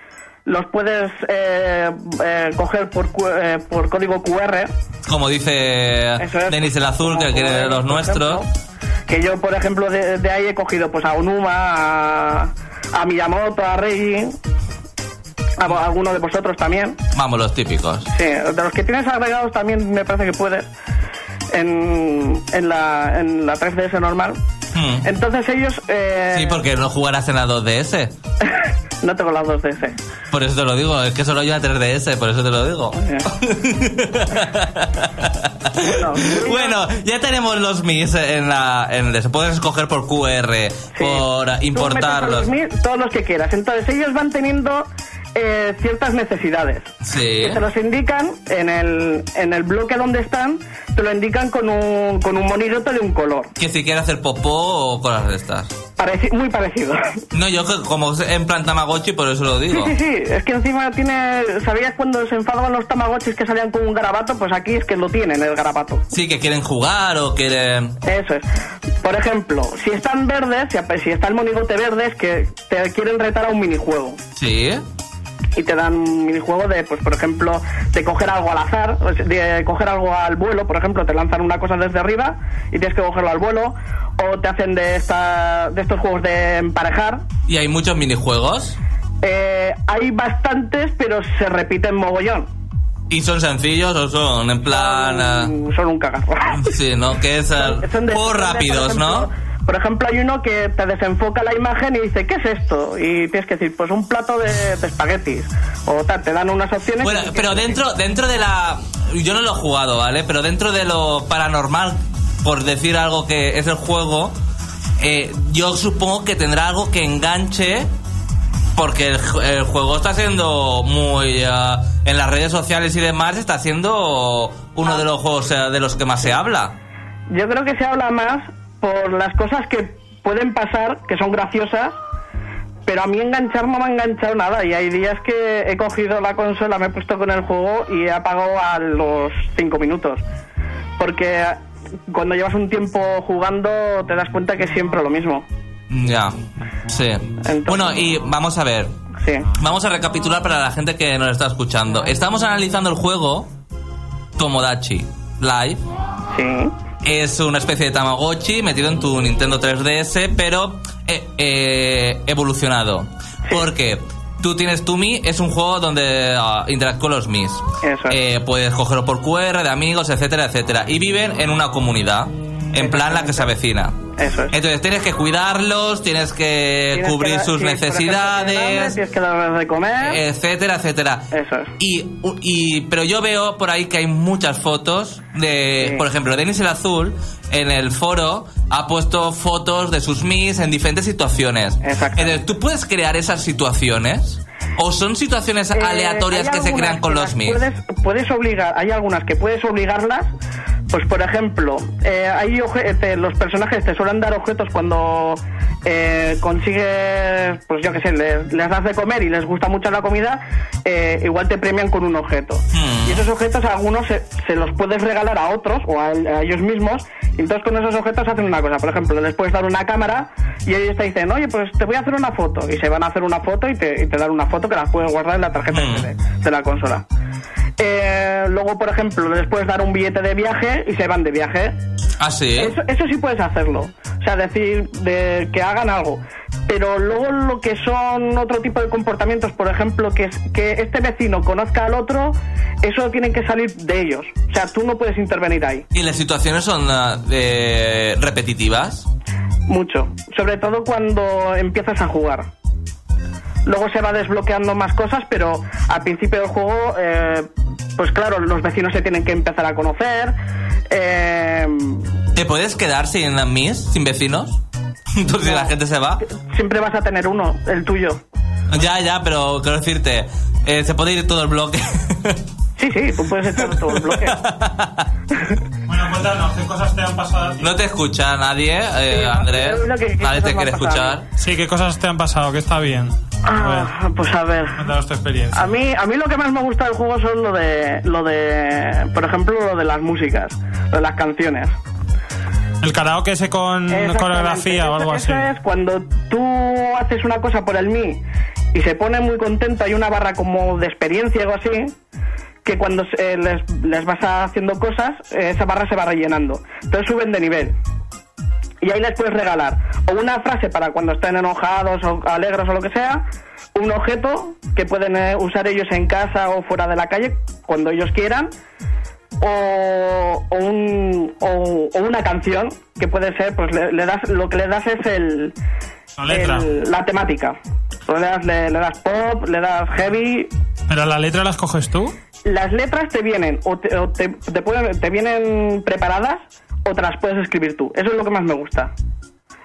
los puedes eh, eh, coger por, cu- eh, por código QR.
Como dice
Eso es.
Denis el Azul, que
Como
quiere de
QR,
los
por
nuestros.
ejemplo, que yo, por ejemplo, de, de ahí he cogido pues a Onuma, a, a Miyamoto, a Reggie, a, vo- a alguno de vosotros también.
Vamos, los típicos.
Sí, de los que tienes agregados también me parece que puedes en, en, la, en la 3DS normal.
Hmm.
Entonces ellos... eh,
Sí, porque no jugarás en la 2DS.
No tengo las dos DS.
Por eso te lo digo, es que solo hay una 3DS, por eso te lo digo. bueno, ya tenemos los mis en la. En, les puedes escoger por QR, por importarlos.
Tú metes a los mil, todos los que quieras. Entonces ellos van teniendo eh, ciertas necesidades.
Sí.
Que se los indican en el, en el bloque donde están, te lo indican con un, con un monigote de un color.
Que si quiere hacer popó o cosas de estas.
Pareci- muy parecido.
No, yo que- como en plan Tamagotchi, por eso lo digo.
Sí, sí, sí. Es que encima tiene. ¿Sabías cuando se enfadaban los tamagotchis que salían con un garabato? Pues aquí es que lo tienen, el garabato.
Sí, que quieren jugar o quieren.
Eso es. Por ejemplo, si están verdes, si ap- si está el monigote verde, es que te quieren retar a un minijuego.
Sí.
y te dan un minijuego de, pues por ejemplo, de coger algo al azar, o sea, de coger algo al vuelo, por ejemplo, te lanzan una cosa desde arriba y tienes que cogerlo al vuelo, o te hacen de, esta, de estos juegos de emparejar.
Y hay muchos minijuegos.
Eh, hay bastantes, pero se repiten mogollón.
¿Y son sencillos o son en plan.?
Mm, Son un cagazo.
eh, sí, ¿no? Que es. eh,
Son de-
juegos
son de, por
rápidos, ¿no?
ejemplo, Por ejemplo, hay uno que te desenfoca la imagen y dice, ¿qué es esto? Y tienes que decir, pues un plato de, de espaguetis. O tal, te dan unas opciones.
Bueno,
y tienes que
pero
elegir.
dentro, dentro de la. Yo no lo he jugado, ¿vale? Pero dentro de lo paranormal, por decir algo que es el juego, eh, yo supongo que tendrá algo que enganche. Porque el, ju- el juego está siendo muy. ah, en las redes sociales y demás, está siendo uno de los juegos eh, de los que más se habla.
Yo creo que se habla más por las cosas que pueden pasar, que son graciosas, pero a mí enganchar no me ha enganchado nada. Y hay días que he cogido la consola, me he puesto con el juego y he apagado a los cinco minutos. Porque cuando llevas un tiempo jugando te das cuenta que es siempre lo mismo.
Ya, sí. Bueno, y vamos a ver.
Sí.
Vamos a recapitular para la gente que nos está escuchando. Estamos analizando el juego Tomodachi Live.
Sí.
Es una especie de Tamagotchi metido en tu Nintendo 3DS, pero eh, eh, evolucionado. Porque tú tienes tu Mi, es un juego donde ah, interactúan los Mis.
Eso es.
Eh, puedes cogerlo por QR, de amigos, etcétera, etcétera. Y viven en una comunidad, en plan la que se avecina.
Eso es.
Entonces tienes que cuidarlos, tienes que
Tienes
cubrir
que dar-
sus
si, por ejemplo, tienes hambre,
necesidades Eh,
Tienes que darles de comer.
etcétera, etcétera.
Eso es.
Y, u- y- pero yo veo por ahí que hay muchas fotos de,
Sí.
por ejemplo, Denis el Azul en el foro ha puesto fotos de sus mis en diferentes situaciones.
Exactamente.
Entonces, ¿tú puedes crear esas situaciones? ¿O son situaciones
Eh,
aleatorias
hay
que se
algunas
crean con
que
los
las
mis?
Puedes, puedes obligar, hay algunas que puedes obligarlas. Pues por ejemplo, eh, hay oje- te- los personajes te suelen dar objetos cuando eh, consigues, pues yo qué sé, le- les, das de comer y les gusta mucho la comida, eh, igual te premian con un objeto.
Hmm.
Y esos objetos a algunos se, se los puedes regalar a otros o a, a ellos mismos. y Entonces con esos objetos hacen una cosa, por ejemplo, les puedes dar una cámara y ellos te dicen, oye, pues te voy a hacer una foto. Y se van a hacer una foto y te, y te dan una foto que las puedes guardar en la tarjeta
Mm.
SD de la consola. Eh, luego, por ejemplo, les puedes dar un billete de viaje y se van de viaje.
Ah, sí.
Eso, eso sí puedes hacerlo. O sea, decir de que hagan algo. Pero luego lo que son otro tipo de comportamientos, por ejemplo, que, es- que este vecino conozca al otro, eso tiene que salir de ellos. O sea, tú no puedes intervenir ahí.
¿Y las situaciones son ah, de- repetitivas?
Mucho. Sobre todo cuando empiezas a jugar. Luego se va desbloqueando más cosas, pero al principio del juego, eh, pues claro, los vecinos se tienen que empezar a conocer. eh,
¿Te puedes quedar sin mis, sin vecinos? Entonces la gente se va.
siempre vas a tener uno, el tuyo.
Ya, ya, pero quiero decirte, eh, se puede ir todo el bloque.
Sí, sí, tú puedes echar todo el bloque.
Bueno, cuéntanos, ¿qué cosas te han pasado a ti?
no te escucha nadie, eh,
Sí,
Andrés.
es lo que- que
Nadie te
cosas me
quiere
han pasado.
escuchar.
Sí, ¿qué cosas te han pasado? Que está bien. A ver,
Ah, pues a ver.
cuéntanos tu experiencia.
A mí, a mí lo que más me gusta del juego son lo de, lo de, por ejemplo, lo de las músicas, lo de las canciones.
El karaoke ese con
Exactamente.
coreografía o algo así.
Eso es cuando tú haces una cosa por el mí y se pone muy contento, hay una barra como de experiencia o algo así, que cuando eh, les, les vas haciendo cosas, eh, esa barra se va rellenando. Entonces suben de nivel. Y ahí les puedes regalar o una frase para cuando estén enojados o alegres o lo que sea, un objeto que pueden eh, usar ellos en casa o fuera de la calle cuando ellos quieran, o, o un- o- o una canción que puede ser, pues le, le das, lo que le das es el,
La letra.
el- la temática. Pues le, das, le- le das pop, le das heavy.
¿Pero la letra las coges tú?
Las letras te vienen o te, o te- te pueden- te vienen preparadas o te las puedes escribir tú. Eso es lo que más me gusta.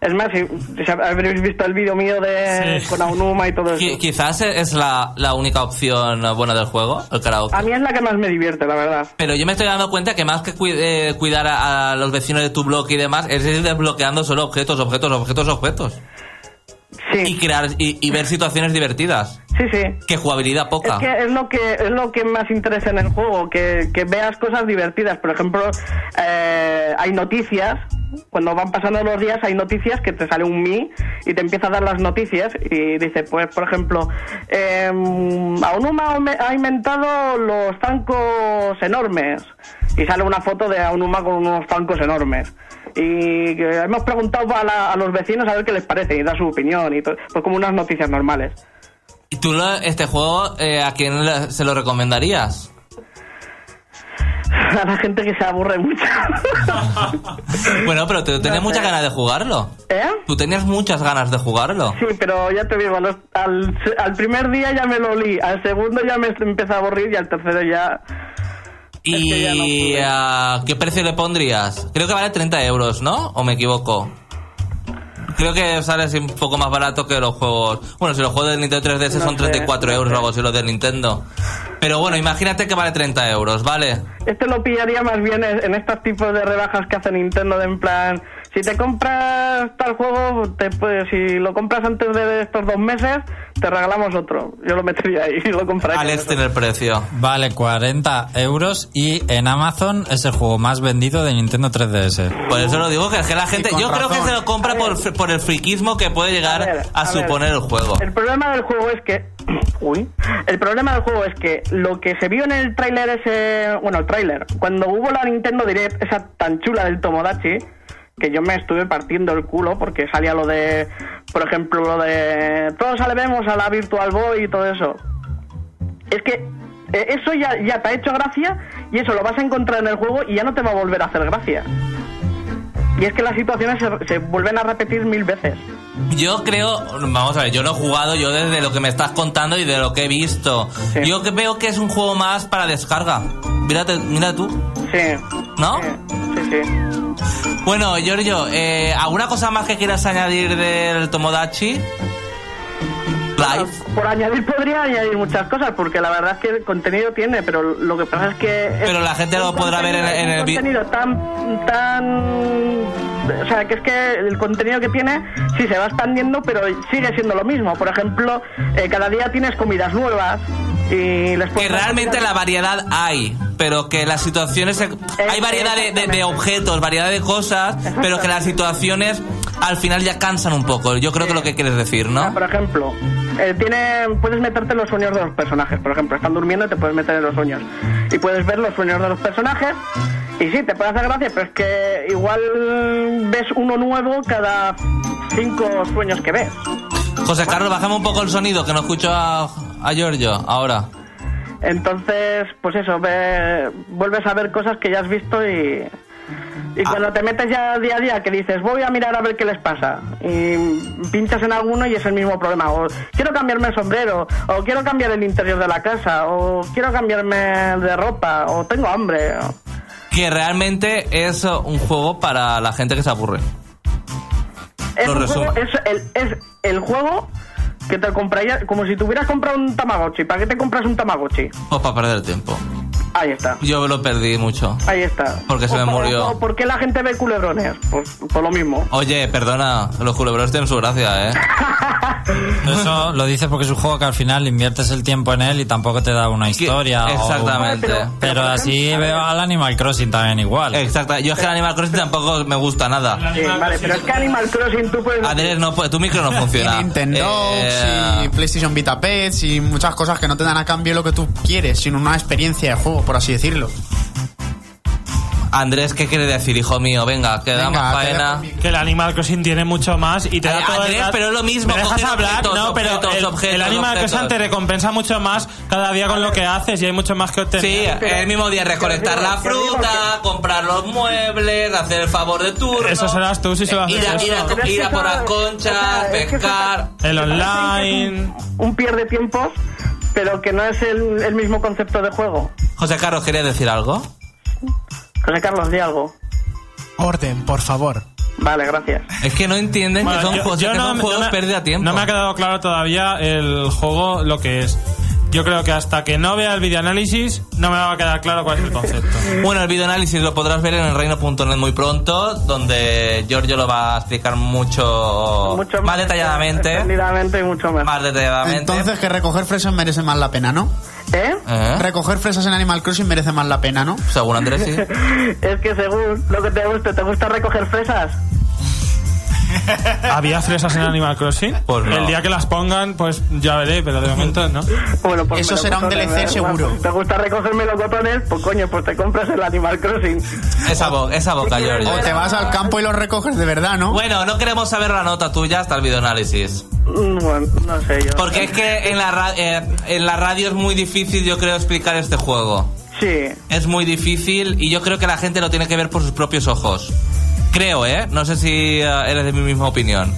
Es más, si, si habréis visto el vídeo mío de
Sí.
con Aonuma y todo eso.
Qui- Quizás es la, la única opción eh, buena del juego, el karaoke.
A mí es la que más me divierte, la verdad.
Pero yo me estoy dando cuenta que más que cui- eh, cuidar a, a los vecinos de tu bloque y demás, es ir desbloqueando solo objetos, objetos, objetos, objetos.
Sí,
Y crear y, y ver situaciones divertidas.
sí, sí.
Que jugabilidad
Es
poca.
que es lo que es lo que más interesa en el juego, que, que veas cosas divertidas. Por ejemplo, eh, hay noticias. Cuando van pasando los días hay noticias que te sale un mi y te empieza a dar las noticias y dice, pues por ejemplo, eh, Aonuma ha inve- ha inventado los zancos enormes y sale una foto de Aonuma con unos zancos enormes. Y que hemos preguntado a, la- a los vecinos a ver qué les parece y da su opinión y todo, pues como unas noticias normales.
¿Y tú lo- este juego eh, a quién le- se lo recomendarías?
a la gente que se aburre mucho.
Bueno, pero te, tenías
sé.
muchas ganas de jugarlo.
¿Eh?
Tú tenías muchas ganas de jugarlo.
Sí, pero ya te digo, a los- al, se- al primer día ya me lo olí, al segundo ya me empecé a aburrir y al tercero ya...
¿Y
que ya no pude.
a qué precio le pondrías? Creo que vale 30 euros, ¿no? ¿O me equivoco? Creo que sale así un poco más barato que los juegos. Bueno, si los juegos del Nintendo 3DS
No
son
sé,
34
no
euros
sé.
o algo así, los del Nintendo. Pero bueno, imagínate que vale 30 euros, ¿vale?
Este lo pillaría más bien en en estos tipos de rebajas que hace Nintendo, de en plan, si te compras tal juego, te, puedes- si lo compras antes de estos dos meses, te regalamos otro. Yo lo metería ahí y lo compraría.
Alex tiene el precio.
Vale 40 euros y en Amazon es el juego más vendido de Nintendo 3DS.
Por eso lo digo, que es que la gente.
con
Yo creo que
razón.
se lo compra
A ver.
por, fr- por el friquismo que puede llegar a,
A ver, a ver.
suponer el juego.
El problema del juego es que. Uy. El problema del juego es que lo que se vio en el tráiler ese. Bueno, el tráiler. Cuando hubo la Nintendo Direct, esa tan chula del Tomodachi, que yo me estuve partiendo el culo porque salía lo de. Por ejemplo, lo de. Todos salvemos a la Virtual Boy y todo eso. Es que. eh, Eso ya, ya te ha hecho gracia y eso lo vas a encontrar en el juego y ya no te va a volver a hacer gracia. Y es que las situaciones se- se vuelven a repetir mil veces.
Yo creo, vamos a ver, yo lo he jugado yo desde lo que me estás contando y de lo que he visto.
Sí.
Yo que veo que es un juego más para descarga. Mírate, mira tú,
Sí.
¿no?
Sí, sí. sí.
Bueno, Giorgio, eh, ¿alguna cosa más que quieras añadir del Tomodachi? Live.
Ah, Por añadir podría añadir muchas cosas, porque la verdad es que el contenido tiene, pero lo que pasa es que... es
Pero la gente
un
lo podrá ver en-
contenido-
en
es
el
un
vi-
contenido tan... tan... O sea, que es que el contenido que tiene sí se va expandiendo, pero sigue siendo lo mismo. Por ejemplo, eh, cada día tienes comidas nuevas y les
Que
puedes-
realmente la variedad hay, pero que las situaciones... se- Hay variedad de, de- de objetos, variedad de cosas, pero que las situaciones al final ya cansan un poco. Yo creo que lo que quieres decir,
Ah,
¿no?
Por ejemplo, eh, tiene, puedes meterte en los sueños de los personajes. Por ejemplo, están durmiendo y te puedes meter en los sueños. Y puedes ver los sueños de los personajes Y sí, te puede hacer gracia, pero es que igual ves uno nuevo cada cinco sueños que ves.
José Carlos, bajemos un poco el sonido, que no escucho a, a Giorgio ahora.
Entonces, pues eso, ve- vuelves a ver cosas que ya has visto y... Y cuando te metes ya día a día, que dices, voy a mirar a ver qué les pasa. Y pinchas en alguno y es el mismo problema. O quiero cambiarme el sombrero, o quiero cambiar el interior de la casa, o quiero cambiarme de ropa, o tengo hambre. o-
Que realmente es un juego para la gente que se aburre.
Es,
Lo
un
resumo.
juego, es, el, es el juego que te compraría, como si tuvieras comprado un Tamagotchi. ¿Para qué te compras un Tamagotchi?
O pues para perder el tiempo.
Ahí está.
Yo lo perdí mucho.
Ahí está.
Porque se me
O pa-
murió.
o ¿Por qué la gente ve culebrones? Pues por lo mismo.
Oye, perdona, los culebrones tienen su gracia, ¿eh?
Eso lo dices porque es un juego que al final inviertes el tiempo en él y tampoco te da una historia. o-
Exactamente.
Pero-
Pero así veo al Animal Crossing también igual.
Exacta. Yo es que el Animal Crossing tampoco me gusta nada.
Sí, vale, pero es que Animal Crossing tú puedes...
Adrián, no, pu- tu micro no
Y
funciona.
Nintendo
Ah, Eh,
y PlayStation Vita Pets y muchas cosas que no te dan a cambio lo que tú quieres, sino una experiencia de juego, por así decirlo.
Andrés, ¿qué quiere decir, hijo mío? Venga, que damos
Venga, te
faena.
dejo mi-
Que el Animal Crossing tiene mucho más y te
Ay,
da todo
Andrés,
el rato-
pero es lo mismo,
¿Me dejas
coger
hablar?
objetos,
no, pero
objetos,
el,
objetos,
el Animal
objetos.
Crossing te recompensa mucho más cada día con lo que haces y hay mucho más que
Sí,
obtener.
el mismo día recolectar la
Te digo que-
fruta, comprar los muebles, hacer el favor de turno.
Eso serás tú si se lo haces.
Ir a, ir a-
Pero es que
ir a por las
eso-
conchas,
o sea, es que eso-
pescar.
El online.
Un pierde tiempos, pero que no es el, el mismo concepto de juego.
José Carlos, ¿quería decir algo?
José Carlos, di algo.
Orden, por favor.
Vale, gracias.
Es que no entienden
Bueno,
que son, cosas que son
me-
juegos
me-
pérdida de tiempo.
no me ha quedado claro todavía el juego lo que es. Yo creo que hasta que no vea el videoanálisis no me va a quedar claro cuál es el concepto.
Bueno, el videoanálisis lo podrás ver en el reino.net muy pronto, donde Giorgio lo va a explicar mucho,
Mucho
más detalladamente.
Extendidamente y mucho más.
Más detalladamente.
Entonces que recoger fresas merece más la pena, ¿no?
¿Eh?
¿Eh?
Recoger fresas en Animal Crossing merece más la pena, ¿no?
Según Andrés, sí.
Es que según lo que te guste, ¿te gusta recoger fresas?
¿Había fresas en Animal Crossing?
Pues no.
El día que las pongan, pues ya veré, pero de momento no.
Bueno, pues
Eso será un
melocotones,
DLC
¿verdad?
seguro.
Bueno, ¿Te gusta recoger melocotones? Pues coño, pues te compras el Animal Crossing.
Esa, bo- esa boca, Giorgio.
O te vas al campo y los recoges de verdad, ¿no?
Bueno, no queremos saber la nota tuya hasta el videoanálisis.
Mm, Bueno, no sé yo.
Porque es que en la, ra- eh, en la radio es muy difícil, yo creo, explicar este juego.
Sí.
Es muy difícil y yo creo que la gente lo tiene que ver por sus propios ojos. Creo, ¿eh? No sé si eh, eres de mi misma opinión.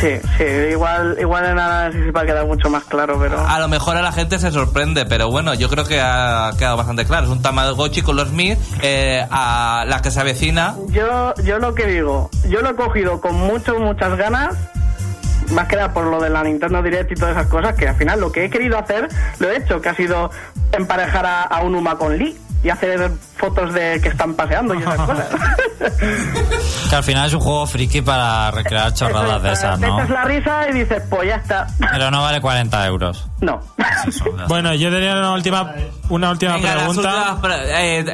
Sí, sí, igual, igual en análisis va a quedar mucho más claro, pero...
A lo mejor a la gente se sorprende, pero bueno, yo creo que ha quedado bastante claro. Es un Tamagotchi con los Mir, eh, a la que se avecina.
Yo, yo lo que digo, yo lo he cogido con mucho, muchas ganas, más que nada por lo de la Nintendo Direct y todas esas cosas, que al final lo que he querido hacer, lo he hecho, que ha sido emparejar a, a un Uma con Lee y hacer fotos de que están paseando y esas cosas.
Que al final es un juego friki para recrear chorradas de esas,
Te
¿no?
echas la risa y dices, pues ya está.
Pero no vale 40 euros.
No.
Bueno, yo tenía una última, una última
Venga, las últimas
pregunta.
pre- eh,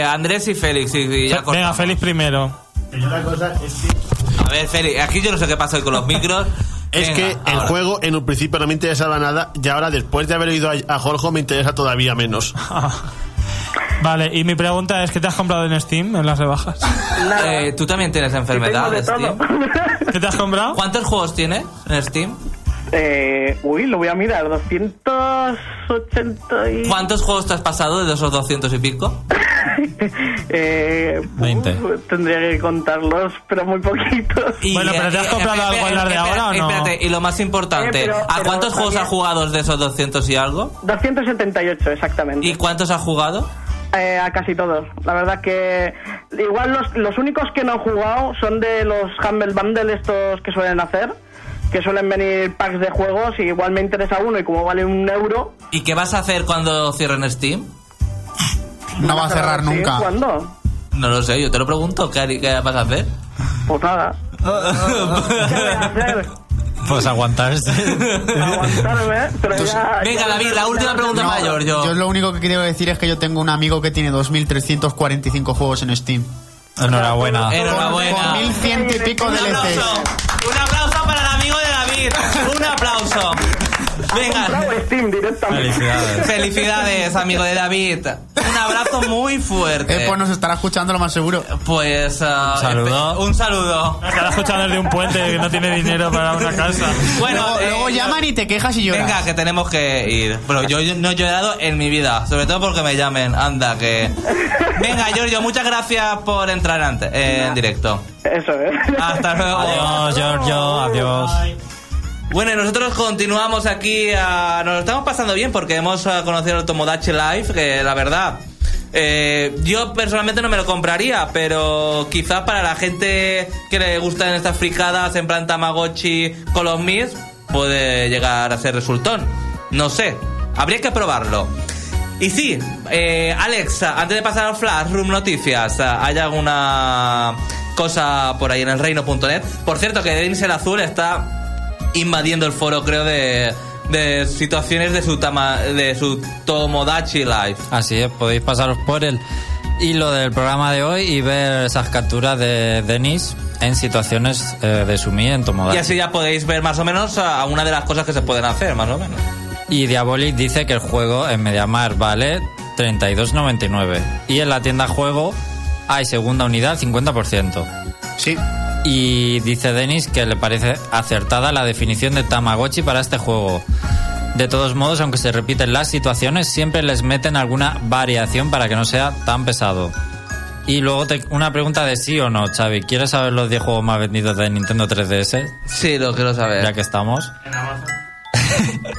eh, Andrés y Félix. y- y ya
Venga,
cortamos.
Félix primero.
A ver, Félix, aquí yo no sé qué pasa hoy con los micros.
Es
Venga,
que el
ahora.
juego en un principio no me interesaba nada y ahora después de haber oído a, a Jorge me interesa todavía menos.
Vale, y mi pregunta es: ¿qué te has comprado en Steam en las rebajas?
Nada.
Eh, Tú también tienes
Tengo
enfermedad
de
de
todo.
Steam.
¿Qué te has comprado?
¿Cuántos juegos tiene en Steam?
eh, uy, lo voy a mirar, 280 y...
¿Cuántos juegos te has pasado de esos 200 y pico?
Eh,
Veinte.
uh, tendría que contarlos, pero muy poquitos.
Y,
Bueno, pero ¿te has
eh,
comprado
espera,
algo en las de
espera,
ahora o no?
Espérate, y lo más importante,
Eh, pero-
¿a
pero
cuántos juegos
también-
has jugado de esos 200 y algo?
278 exactamente.
¿Y cuántos has jugado?
Eh, a casi todos. La verdad que igual los, los únicos que no he jugado son de los Humble Bundle estos que suelen hacer, que suelen venir packs de juegos y igual me interesa uno y como vale un euro...
¿Y qué vas a hacer cuando cierren Steam?
No va a cerrar
sí,
nunca.
¿Cuándo?
No lo sé, yo te lo pregunto. ¿Qué, hari- qué vas a hacer?
Pues nada. ¿Qué voy a hacer?
Pues aguantar este.
Aguantarme, ¿eh? pero ya...
Venga,
ya-
David, la última pregunta
No,
mayor. Yo.
lo único que quiero decir es que yo tengo un amigo que tiene 2.345 juegos en Steam.
Enhorabuena.
Enhorabuena.
Con 1.100 y pico
Un
DLCs.
aplauso. Un aplauso para el amigo de David. Un aplauso.
Ha comprado
Venga.
Steam directamente.
Felicidades.
Felicidades, amigo de David. Un abrazo muy fuerte.
Eh, pues nos estará escuchando lo más seguro.
Pues ah,
Un saludo.
espe- Un saludo.
Estará escuchando desde un puente que no tiene dinero para una casa.
Bueno,
luego,
eh,
luego llaman y te quejas y lloras.
Venga, que tenemos que ir. Pero yo yo no he llorado en mi vida, sobre todo porque me llamen. Anda, que. Venga, Giorgio, muchas gracias por entrar antes, eh, en directo.
Eso es.
Ah,
Hasta luego.
Adiós, Giorgio. Adiós.
Bueno, y nosotros continuamos aquí. ah, nos lo estamos pasando bien porque hemos ah, conocido el Tomodachi Life, que la verdad. eh, yo personalmente no me lo compraría, pero quizás para la gente que le gustan estas fricadas en plan Tamagotchi con los Mis, puede llegar a ser resultón. No sé, habría que probarlo. Y sí, eh, Alex, antes de pasar al Flash Room Noticias, ¿hay alguna cosa por ahí en el reino.net? Por cierto, que Denis el Azul está invadiendo el foro, creo, de, de situaciones de su, tama- de su Tomodachi Life.
Así es, podéis pasaros por el hilo del programa de hoy y ver esas capturas de Denis en situaciones eh, de sumi en Tomodachi.
Y así ya podéis ver más o menos a una de las cosas que se pueden hacer, más o menos.
Y Diabolic dice que el juego en Mediamar vale 32.99 y en la tienda juego hay segunda unidad 50%.
Sí.
Y dice Denis que le parece acertada la definición de Tamagotchi para este juego. De todos modos, aunque se repiten las situaciones, siempre les meten alguna variación para que no sea tan pesado. Y luego te- una pregunta de sí o no, Xavi. ¿Quieres saber los 10 juegos más vendidos de Nintendo 3DS?
Sí, lo quiero saber.
Ya que estamos. En Amazon.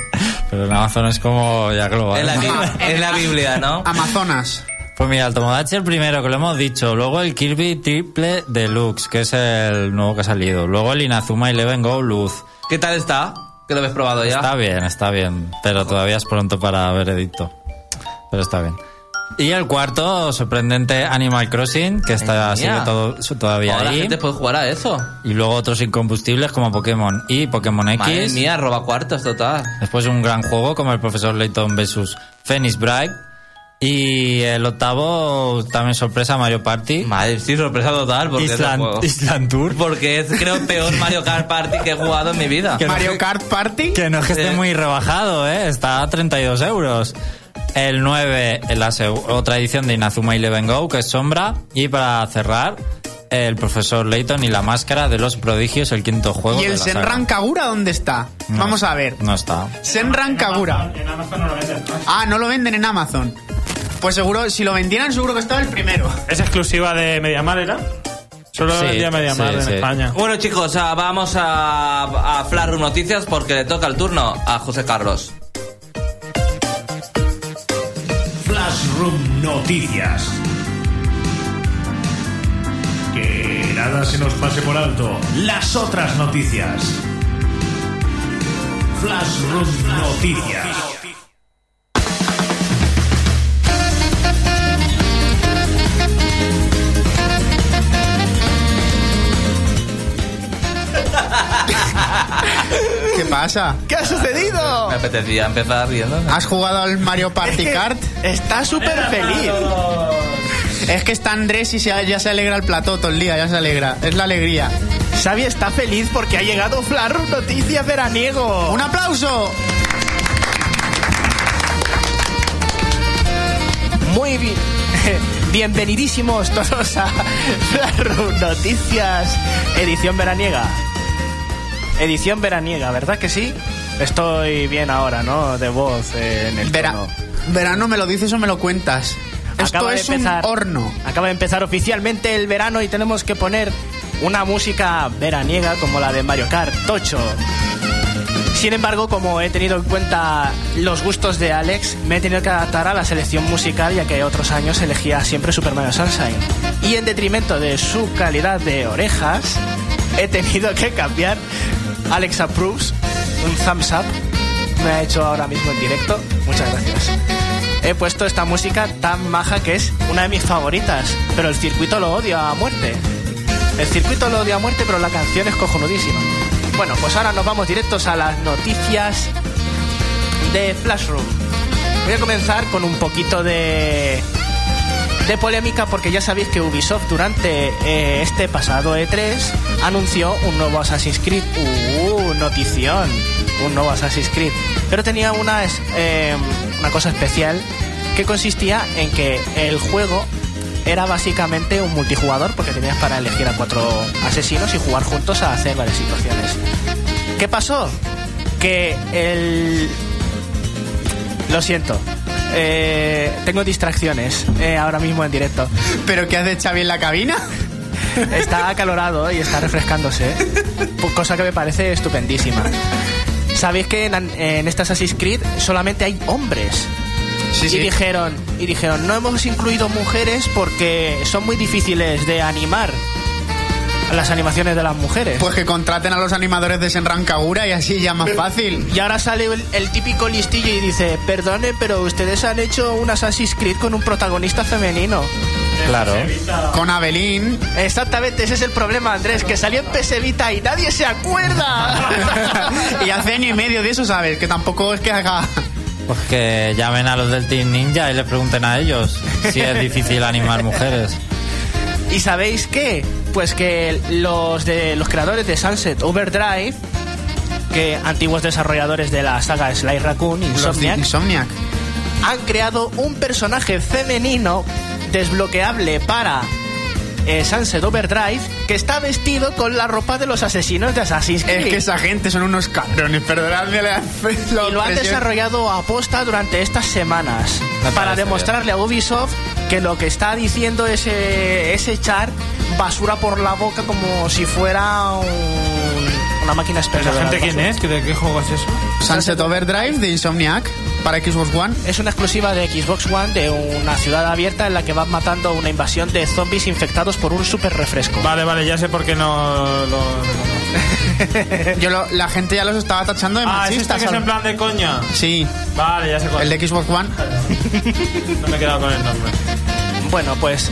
Pero en Amazon es como ya global.
En la, bi- en la Biblia, ¿no?
Amazonas.
Pues mira, el Tomodachi el primero, que lo hemos dicho. Luego el Kirby Triple Deluxe, que es el nuevo que ha salido. Luego el Inazuma Eleven Go Luz.
¿Qué tal está? Que lo habéis probado ya.
Está bien, está bien. Pero todavía es pronto para veredicto. Pero está bien. Y el cuarto, sorprendente Animal Crossing, que está,
Madre
sigue
mía.
todo, su- todavía
Ahora la
ahí.
gente puede jugar a eso.
Y luego otros incombustibles como Pokémon y Pokémon X.
Madre mía, roba cuartos total.
Después un gran juego como el profesor Layton versus Phoenix Bright. Y el octavo, también sorpresa, Mario Party.
Madre, sí, sorpresa total. Porque es el juego.
Island, Island Tour.
Porque es, creo, el peor Mario Kart Party que he jugado en mi vida.
Que no-
Mario Kart Party.
Que no es que esté
Eh.
muy rebajado, ¿eh? Está a 32 euros. El 9, la se- otra edición de Inazuma Eleven Go, que es Sombra. Y para cerrar, el profesor Layton y la máscara de los prodigios, el quinto juego.
¿Y
de
el
la saga.
Senran Kagura dónde está?
No,
Vamos a ver.
No está.
Senran Kagura.
En Amazon no lo venden, ¿no?
Ah, no lo venden en Amazon. Pues seguro, si lo vendieran, seguro que estaba el primero.
Es exclusiva de Mediamar, ¿era? Solo
Sí,
vendía Mediamar
sí,
en
sí.
España.
Bueno, chicos, ah, vamos a, a Flash Room Noticias porque le toca el turno a José Carlos.
Flashroom Noticias. Que nada se nos pase por alto. Las otras noticias. Flashroom Noticias.
¿Qué pasa?
¿Qué ha sucedido?
Me apetecía empezar riendo.
¿Has jugado al Mario Party Kart?
Está súper feliz.
Es que está Andrés y se- ya se alegra el plató todo el día, ya se alegra. Es la alegría.
Xavi está feliz porque ha llegado Flarru Noticias Veraniego.
¡Un aplauso!
Muy bien. Bienvenidísimos todos a Flarru Noticias edición veraniega. Edición veraniega, ¿verdad que sí? Estoy bien ahora, ¿no? De voz eh, en el
Vera-
tono.
verano me lo dices o me lo cuentas. Esto
Acaba de
es un
empezar-
horno.
Acaba de empezar oficialmente el verano y tenemos que poner una música veraniega como la de Mario Kart Tocho. Sin embargo, como he tenido en cuenta los gustos de Alex, me he tenido que adaptar a la selección musical ya que otros años elegía siempre Super Mario Sunshine. Y en detrimento de su calidad de orejas, he tenido que cambiar Alex Approves, un thumbs up, me ha hecho ahora mismo en directo. Muchas gracias. He puesto esta música tan maja que es una de mis favoritas, pero el circuito lo odio a muerte. El circuito lo odio a muerte, pero la canción es cojonudísima. Bueno, pues ahora nos vamos directos a las noticias de Flashroom. Voy a comenzar con un poquito de de polémica porque ya sabéis que Ubisoft durante eh, este pasado E3 anunció un nuevo Assassin's Creed. ¡Uh, notición! un nuevo Assassin's Creed. Pero tenía una, es- eh, una cosa especial que consistía en que el juego era básicamente un multijugador porque tenías para elegir a cuatro asesinos y jugar juntos a hacer varias situaciones. ¿Qué pasó? Que el... Lo siento. Eh, tengo distracciones eh, ahora mismo en directo.
¿Pero qué hace Xavi en la cabina?
Está acalorado y está refrescándose. Pues Cosa que me parece estupendísima. Sabéis que en, en este Assassin's Creed solamente hay hombres.
Sí,
y dijeron, y dijeron, no hemos incluido mujeres porque son muy difíciles de animar las animaciones de las mujeres.
Pues que contraten a los animadores de Senran Kagura y así ya más fácil.
y ahora sale el, el típico listillo y dice, perdone, pero ustedes han hecho un Assassin's Creed con un protagonista femenino.
Claro.
Con Abelín.
Exactamente, ese es el problema, Andrés, que salió en PS Vita y nadie se acuerda.
y hace año y medio de eso, ¿sabes? Que tampoco es que haga...
Pues que llamen a los del Team Ninja y les pregunten a ellos si es difícil animar mujeres.
¿Y sabéis qué? Pues que los de los creadores de Sunset Overdrive, que antiguos desarrolladores de la saga Sly Raccoon,
Los de
Insomniac,
Insomniac.
han creado un personaje femenino desbloqueable para eh, Sunset Overdrive que está vestido con la ropa de los asesinos de Assassin's
Es
Creed.
que esa gente son unos cabrones, perdonadme la, la
y lo han
expresión.
desarrollado a posta durante estas semanas
Me
para
parece
demostrarle a Ubisoft que lo que está diciendo ese ese echar basura por la boca como si fuera un- una máquina
¿Esa
expendedora
gente
de
quién
basura.
es? ¿Que ¿De qué juego es eso?
Sunset Overdrive de Insomniac para Xbox One.
Es una exclusiva de Xbox One de una ciudad abierta en la que van matando una invasión de zombies infectados por un super refresco.
Vale, vale, ya sé por qué no lo reconozco.
Yo lo- la gente ya los estaba tachando de
Ah, ¿es este
machistas.
que es
al-
en plan de coña?
Sí,
Vale, ya sé cuál.
el de Xbox One.
No me he quedado con el nombre.
Bueno, pues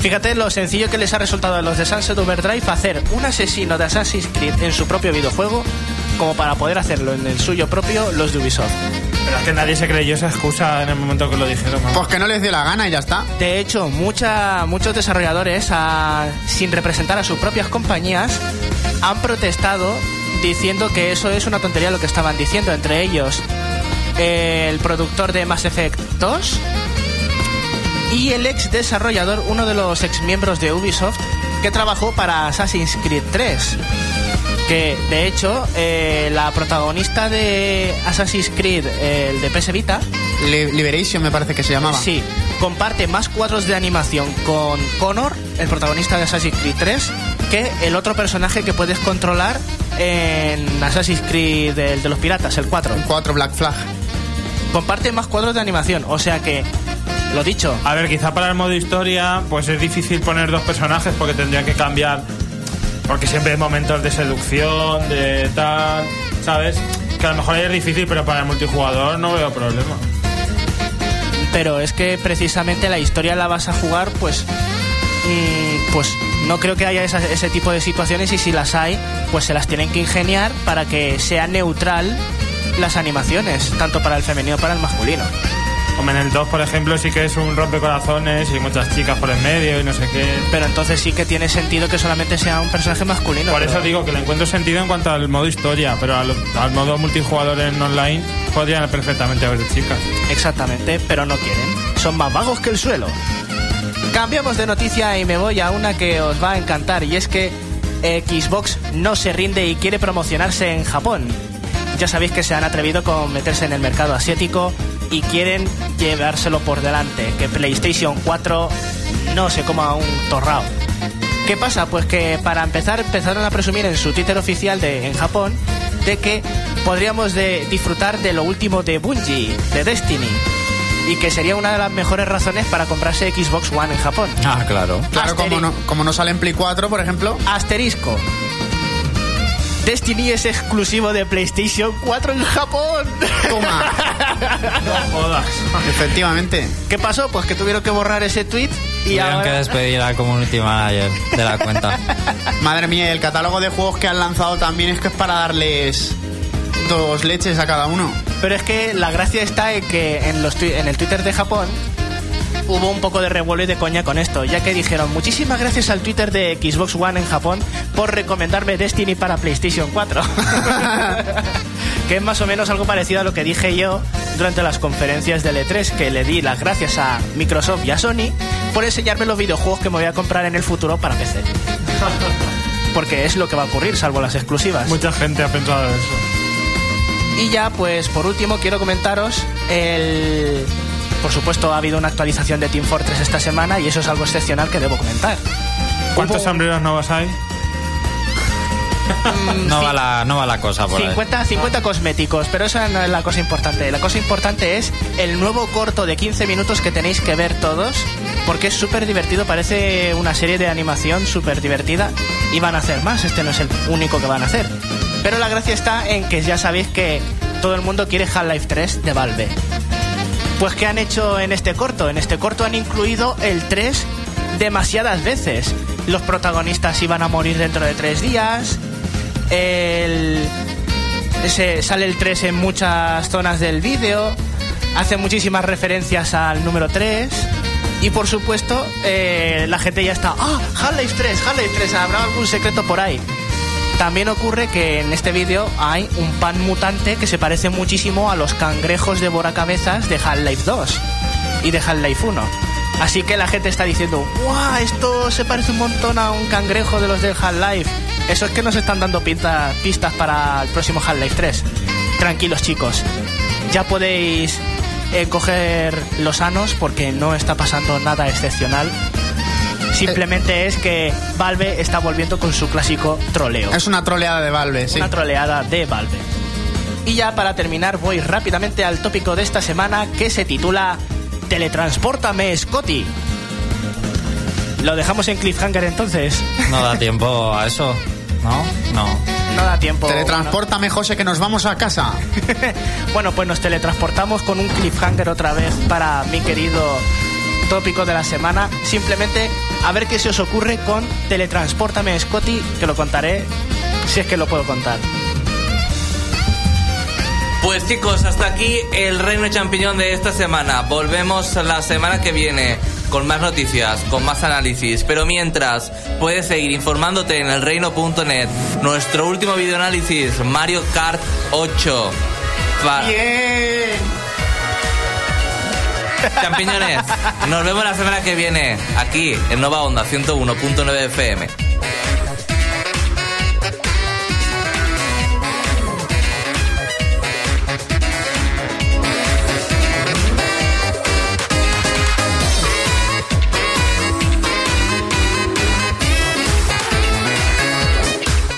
fíjate lo sencillo que les ha resultado a los de Sunset Overdrive hacer un asesino de Assassin's Creed en su propio videojuego como para poder hacerlo en el suyo propio los de Ubisoft.
Pero es que nadie se creyó esa excusa en el momento que lo dijeron. ¿no?
Pues que no les dio la gana y ya está.
De hecho, mucha- muchos desarrolladores, a- sin representar a sus propias compañías, han protestado diciendo que eso es una tontería lo que estaban diciendo. Entre ellos, el productor de Mass Effect 2 y el ex desarrollador, uno de los ex miembros de Ubisoft, que trabajó para Assassin's Creed 3. Que de hecho, eh, la protagonista de Assassin's Creed, el de PS Vita,
Li- Liberation me parece que se llamaba.
Sí, comparte más cuadros de animación con Connor, el protagonista de Assassin's Creed 3, que el otro personaje que puedes controlar en Assassin's Creed el de los piratas, el 4.
4 Black Flag.
Comparte más cuadros de animación, o sea que, lo dicho,
A ver, quizá para el modo historia, pues es difícil poner dos personajes porque tendrían que cambiar. Porque siempre hay momentos de seducción, de tal, ¿sabes? Que a lo mejor ahí es difícil, pero para el multijugador no veo problema.
pero es que precisamente la historia la vas a jugar, pues. mm, pues no creo que haya esa- ese tipo de situaciones y si las hay, pues se las tienen que ingeniar para que sea neutral las animaciones, tanto para el femenino como para el masculino.
Como en el 2, por ejemplo, sí que es un rompecorazones y muchas chicas por en medio y no sé qué.
Pero entonces sí que tiene sentido que solamente sea un personaje masculino.
Por
pero-
eso digo que le encuentro sentido en cuanto al modo historia, pero al, al modo multijugador en online podrían perfectamente haber chicas.
Exactamente, pero no quieren. Son más vagos que el suelo. Cambiamos de noticia y me voy a una que os va a encantar y es que Xbox no se rinde y quiere promocionarse en Japón. Ya sabéis que se han atrevido con meterse en el mercado asiático y quieren llevárselo por delante, que PlayStation 4 no se coma un torrao. ¿Qué pasa? Pues que para empezar empezaron a presumir en su Twitter oficial de, en Japón de que podríamos de, disfrutar de lo último de Bungie, de Destiny, y que sería una de las mejores razones para comprarse Xbox One en Japón.
Ah, claro.
Claro,
Asterix.
como no, como no sale en Play 4, por ejemplo.
Asterisco. Destiny es exclusivo de PlayStation 4 en Japón.
Toma.
Jodas.
Efectivamente.
¿Qué pasó? Pues que tuvieron que borrar ese tweet y
Tuvieron que
ahora...
despedir al community manager de la cuenta.
Madre mía, y el catálogo de juegos que han lanzado también es que es para darles dos leches a cada uno.
Pero es que la gracia está en que en, los tui- en el Twitter de Japón hubo un poco de revuelo y de coña con esto, ya que dijeron muchísimas gracias al Twitter de Xbox One en Japón por recomendarme Destiny para PlayStation 4. que es más o menos algo parecido a lo que dije yo durante las conferencias del E3, que le di las gracias a Microsoft y a Sony por enseñarme los videojuegos que me voy a comprar en el futuro para PC. Porque es lo que va a ocurrir, salvo las exclusivas.
Mucha gente ha pensado eso.
Y ya, pues por último, quiero comentaros el. Por supuesto, ha habido una actualización de Team Fortress esta semana y eso es algo excepcional que debo comentar.
¿Cuántos
Hubo
sombreros novas hay?
No va la, no va la cosa por ahí.
50, 50 cosméticos, pero esa no es la cosa importante. La cosa importante es el nuevo corto de 15 minutos que tenéis que ver todos, porque es súper divertido, parece una serie de animación súper divertida y van a hacer más, este no es el único que van a hacer. Pero la gracia está en que ya sabéis que todo el mundo quiere Half-Life 3 de Valve. Pues ¿qué han hecho en este corto? En este corto han incluido el 3 demasiadas veces. Los protagonistas iban a morir dentro de tres días. El... se- sale el 3 en muchas zonas del vídeo. Hace muchísimas referencias al número 3. Y por supuesto, eh, la gente ya está. ¡Ah! Half-Life 3, Half-Life 3, habrá algún secreto por ahí. También ocurre que en este vídeo hay un pan mutante que se parece muchísimo a los cangrejos de boracabezas de Half-Life 2 y de Half-Life 1. Así que la gente está diciendo, ¡guau! Esto se parece un montón a un cangrejo de los de Half-Life. Eso es que nos están dando pinta- pistas para el próximo Half-Life 3. Tranquilos chicos, ya podéis eh, coger los sanos porque no está pasando nada excepcional. Simplemente es que Valve está volviendo con su clásico troleo
Es una troleada de Valve, sí.
una troleada de Valve. Y ya para terminar voy rápidamente al tópico de esta semana que se titula Teletranspórtame Scotty. Lo dejamos en cliffhanger entonces.
No da tiempo a eso. ¿No? No.
No da tiempo.
Teletranspórtame, José, que nos vamos a casa.
Bueno, pues nos teletransportamos con un cliffhanger otra vez para mi querido tópico de la semana. Simplemente a ver qué se os ocurre con Teletranspórtame Scotty, que lo contaré si es que lo puedo contar.
Pues chicos, hasta aquí el Reino Champiñón de esta semana. Volvemos la semana que viene con más noticias, con más análisis. Pero mientras, puedes seguir informándote en elreino.net. Nuestro último videoanálisis, Mario Kart 8. Fa-
Bien.
Champiñones, nos vemos la semana que viene aquí en Nova Onda 101.9 FM.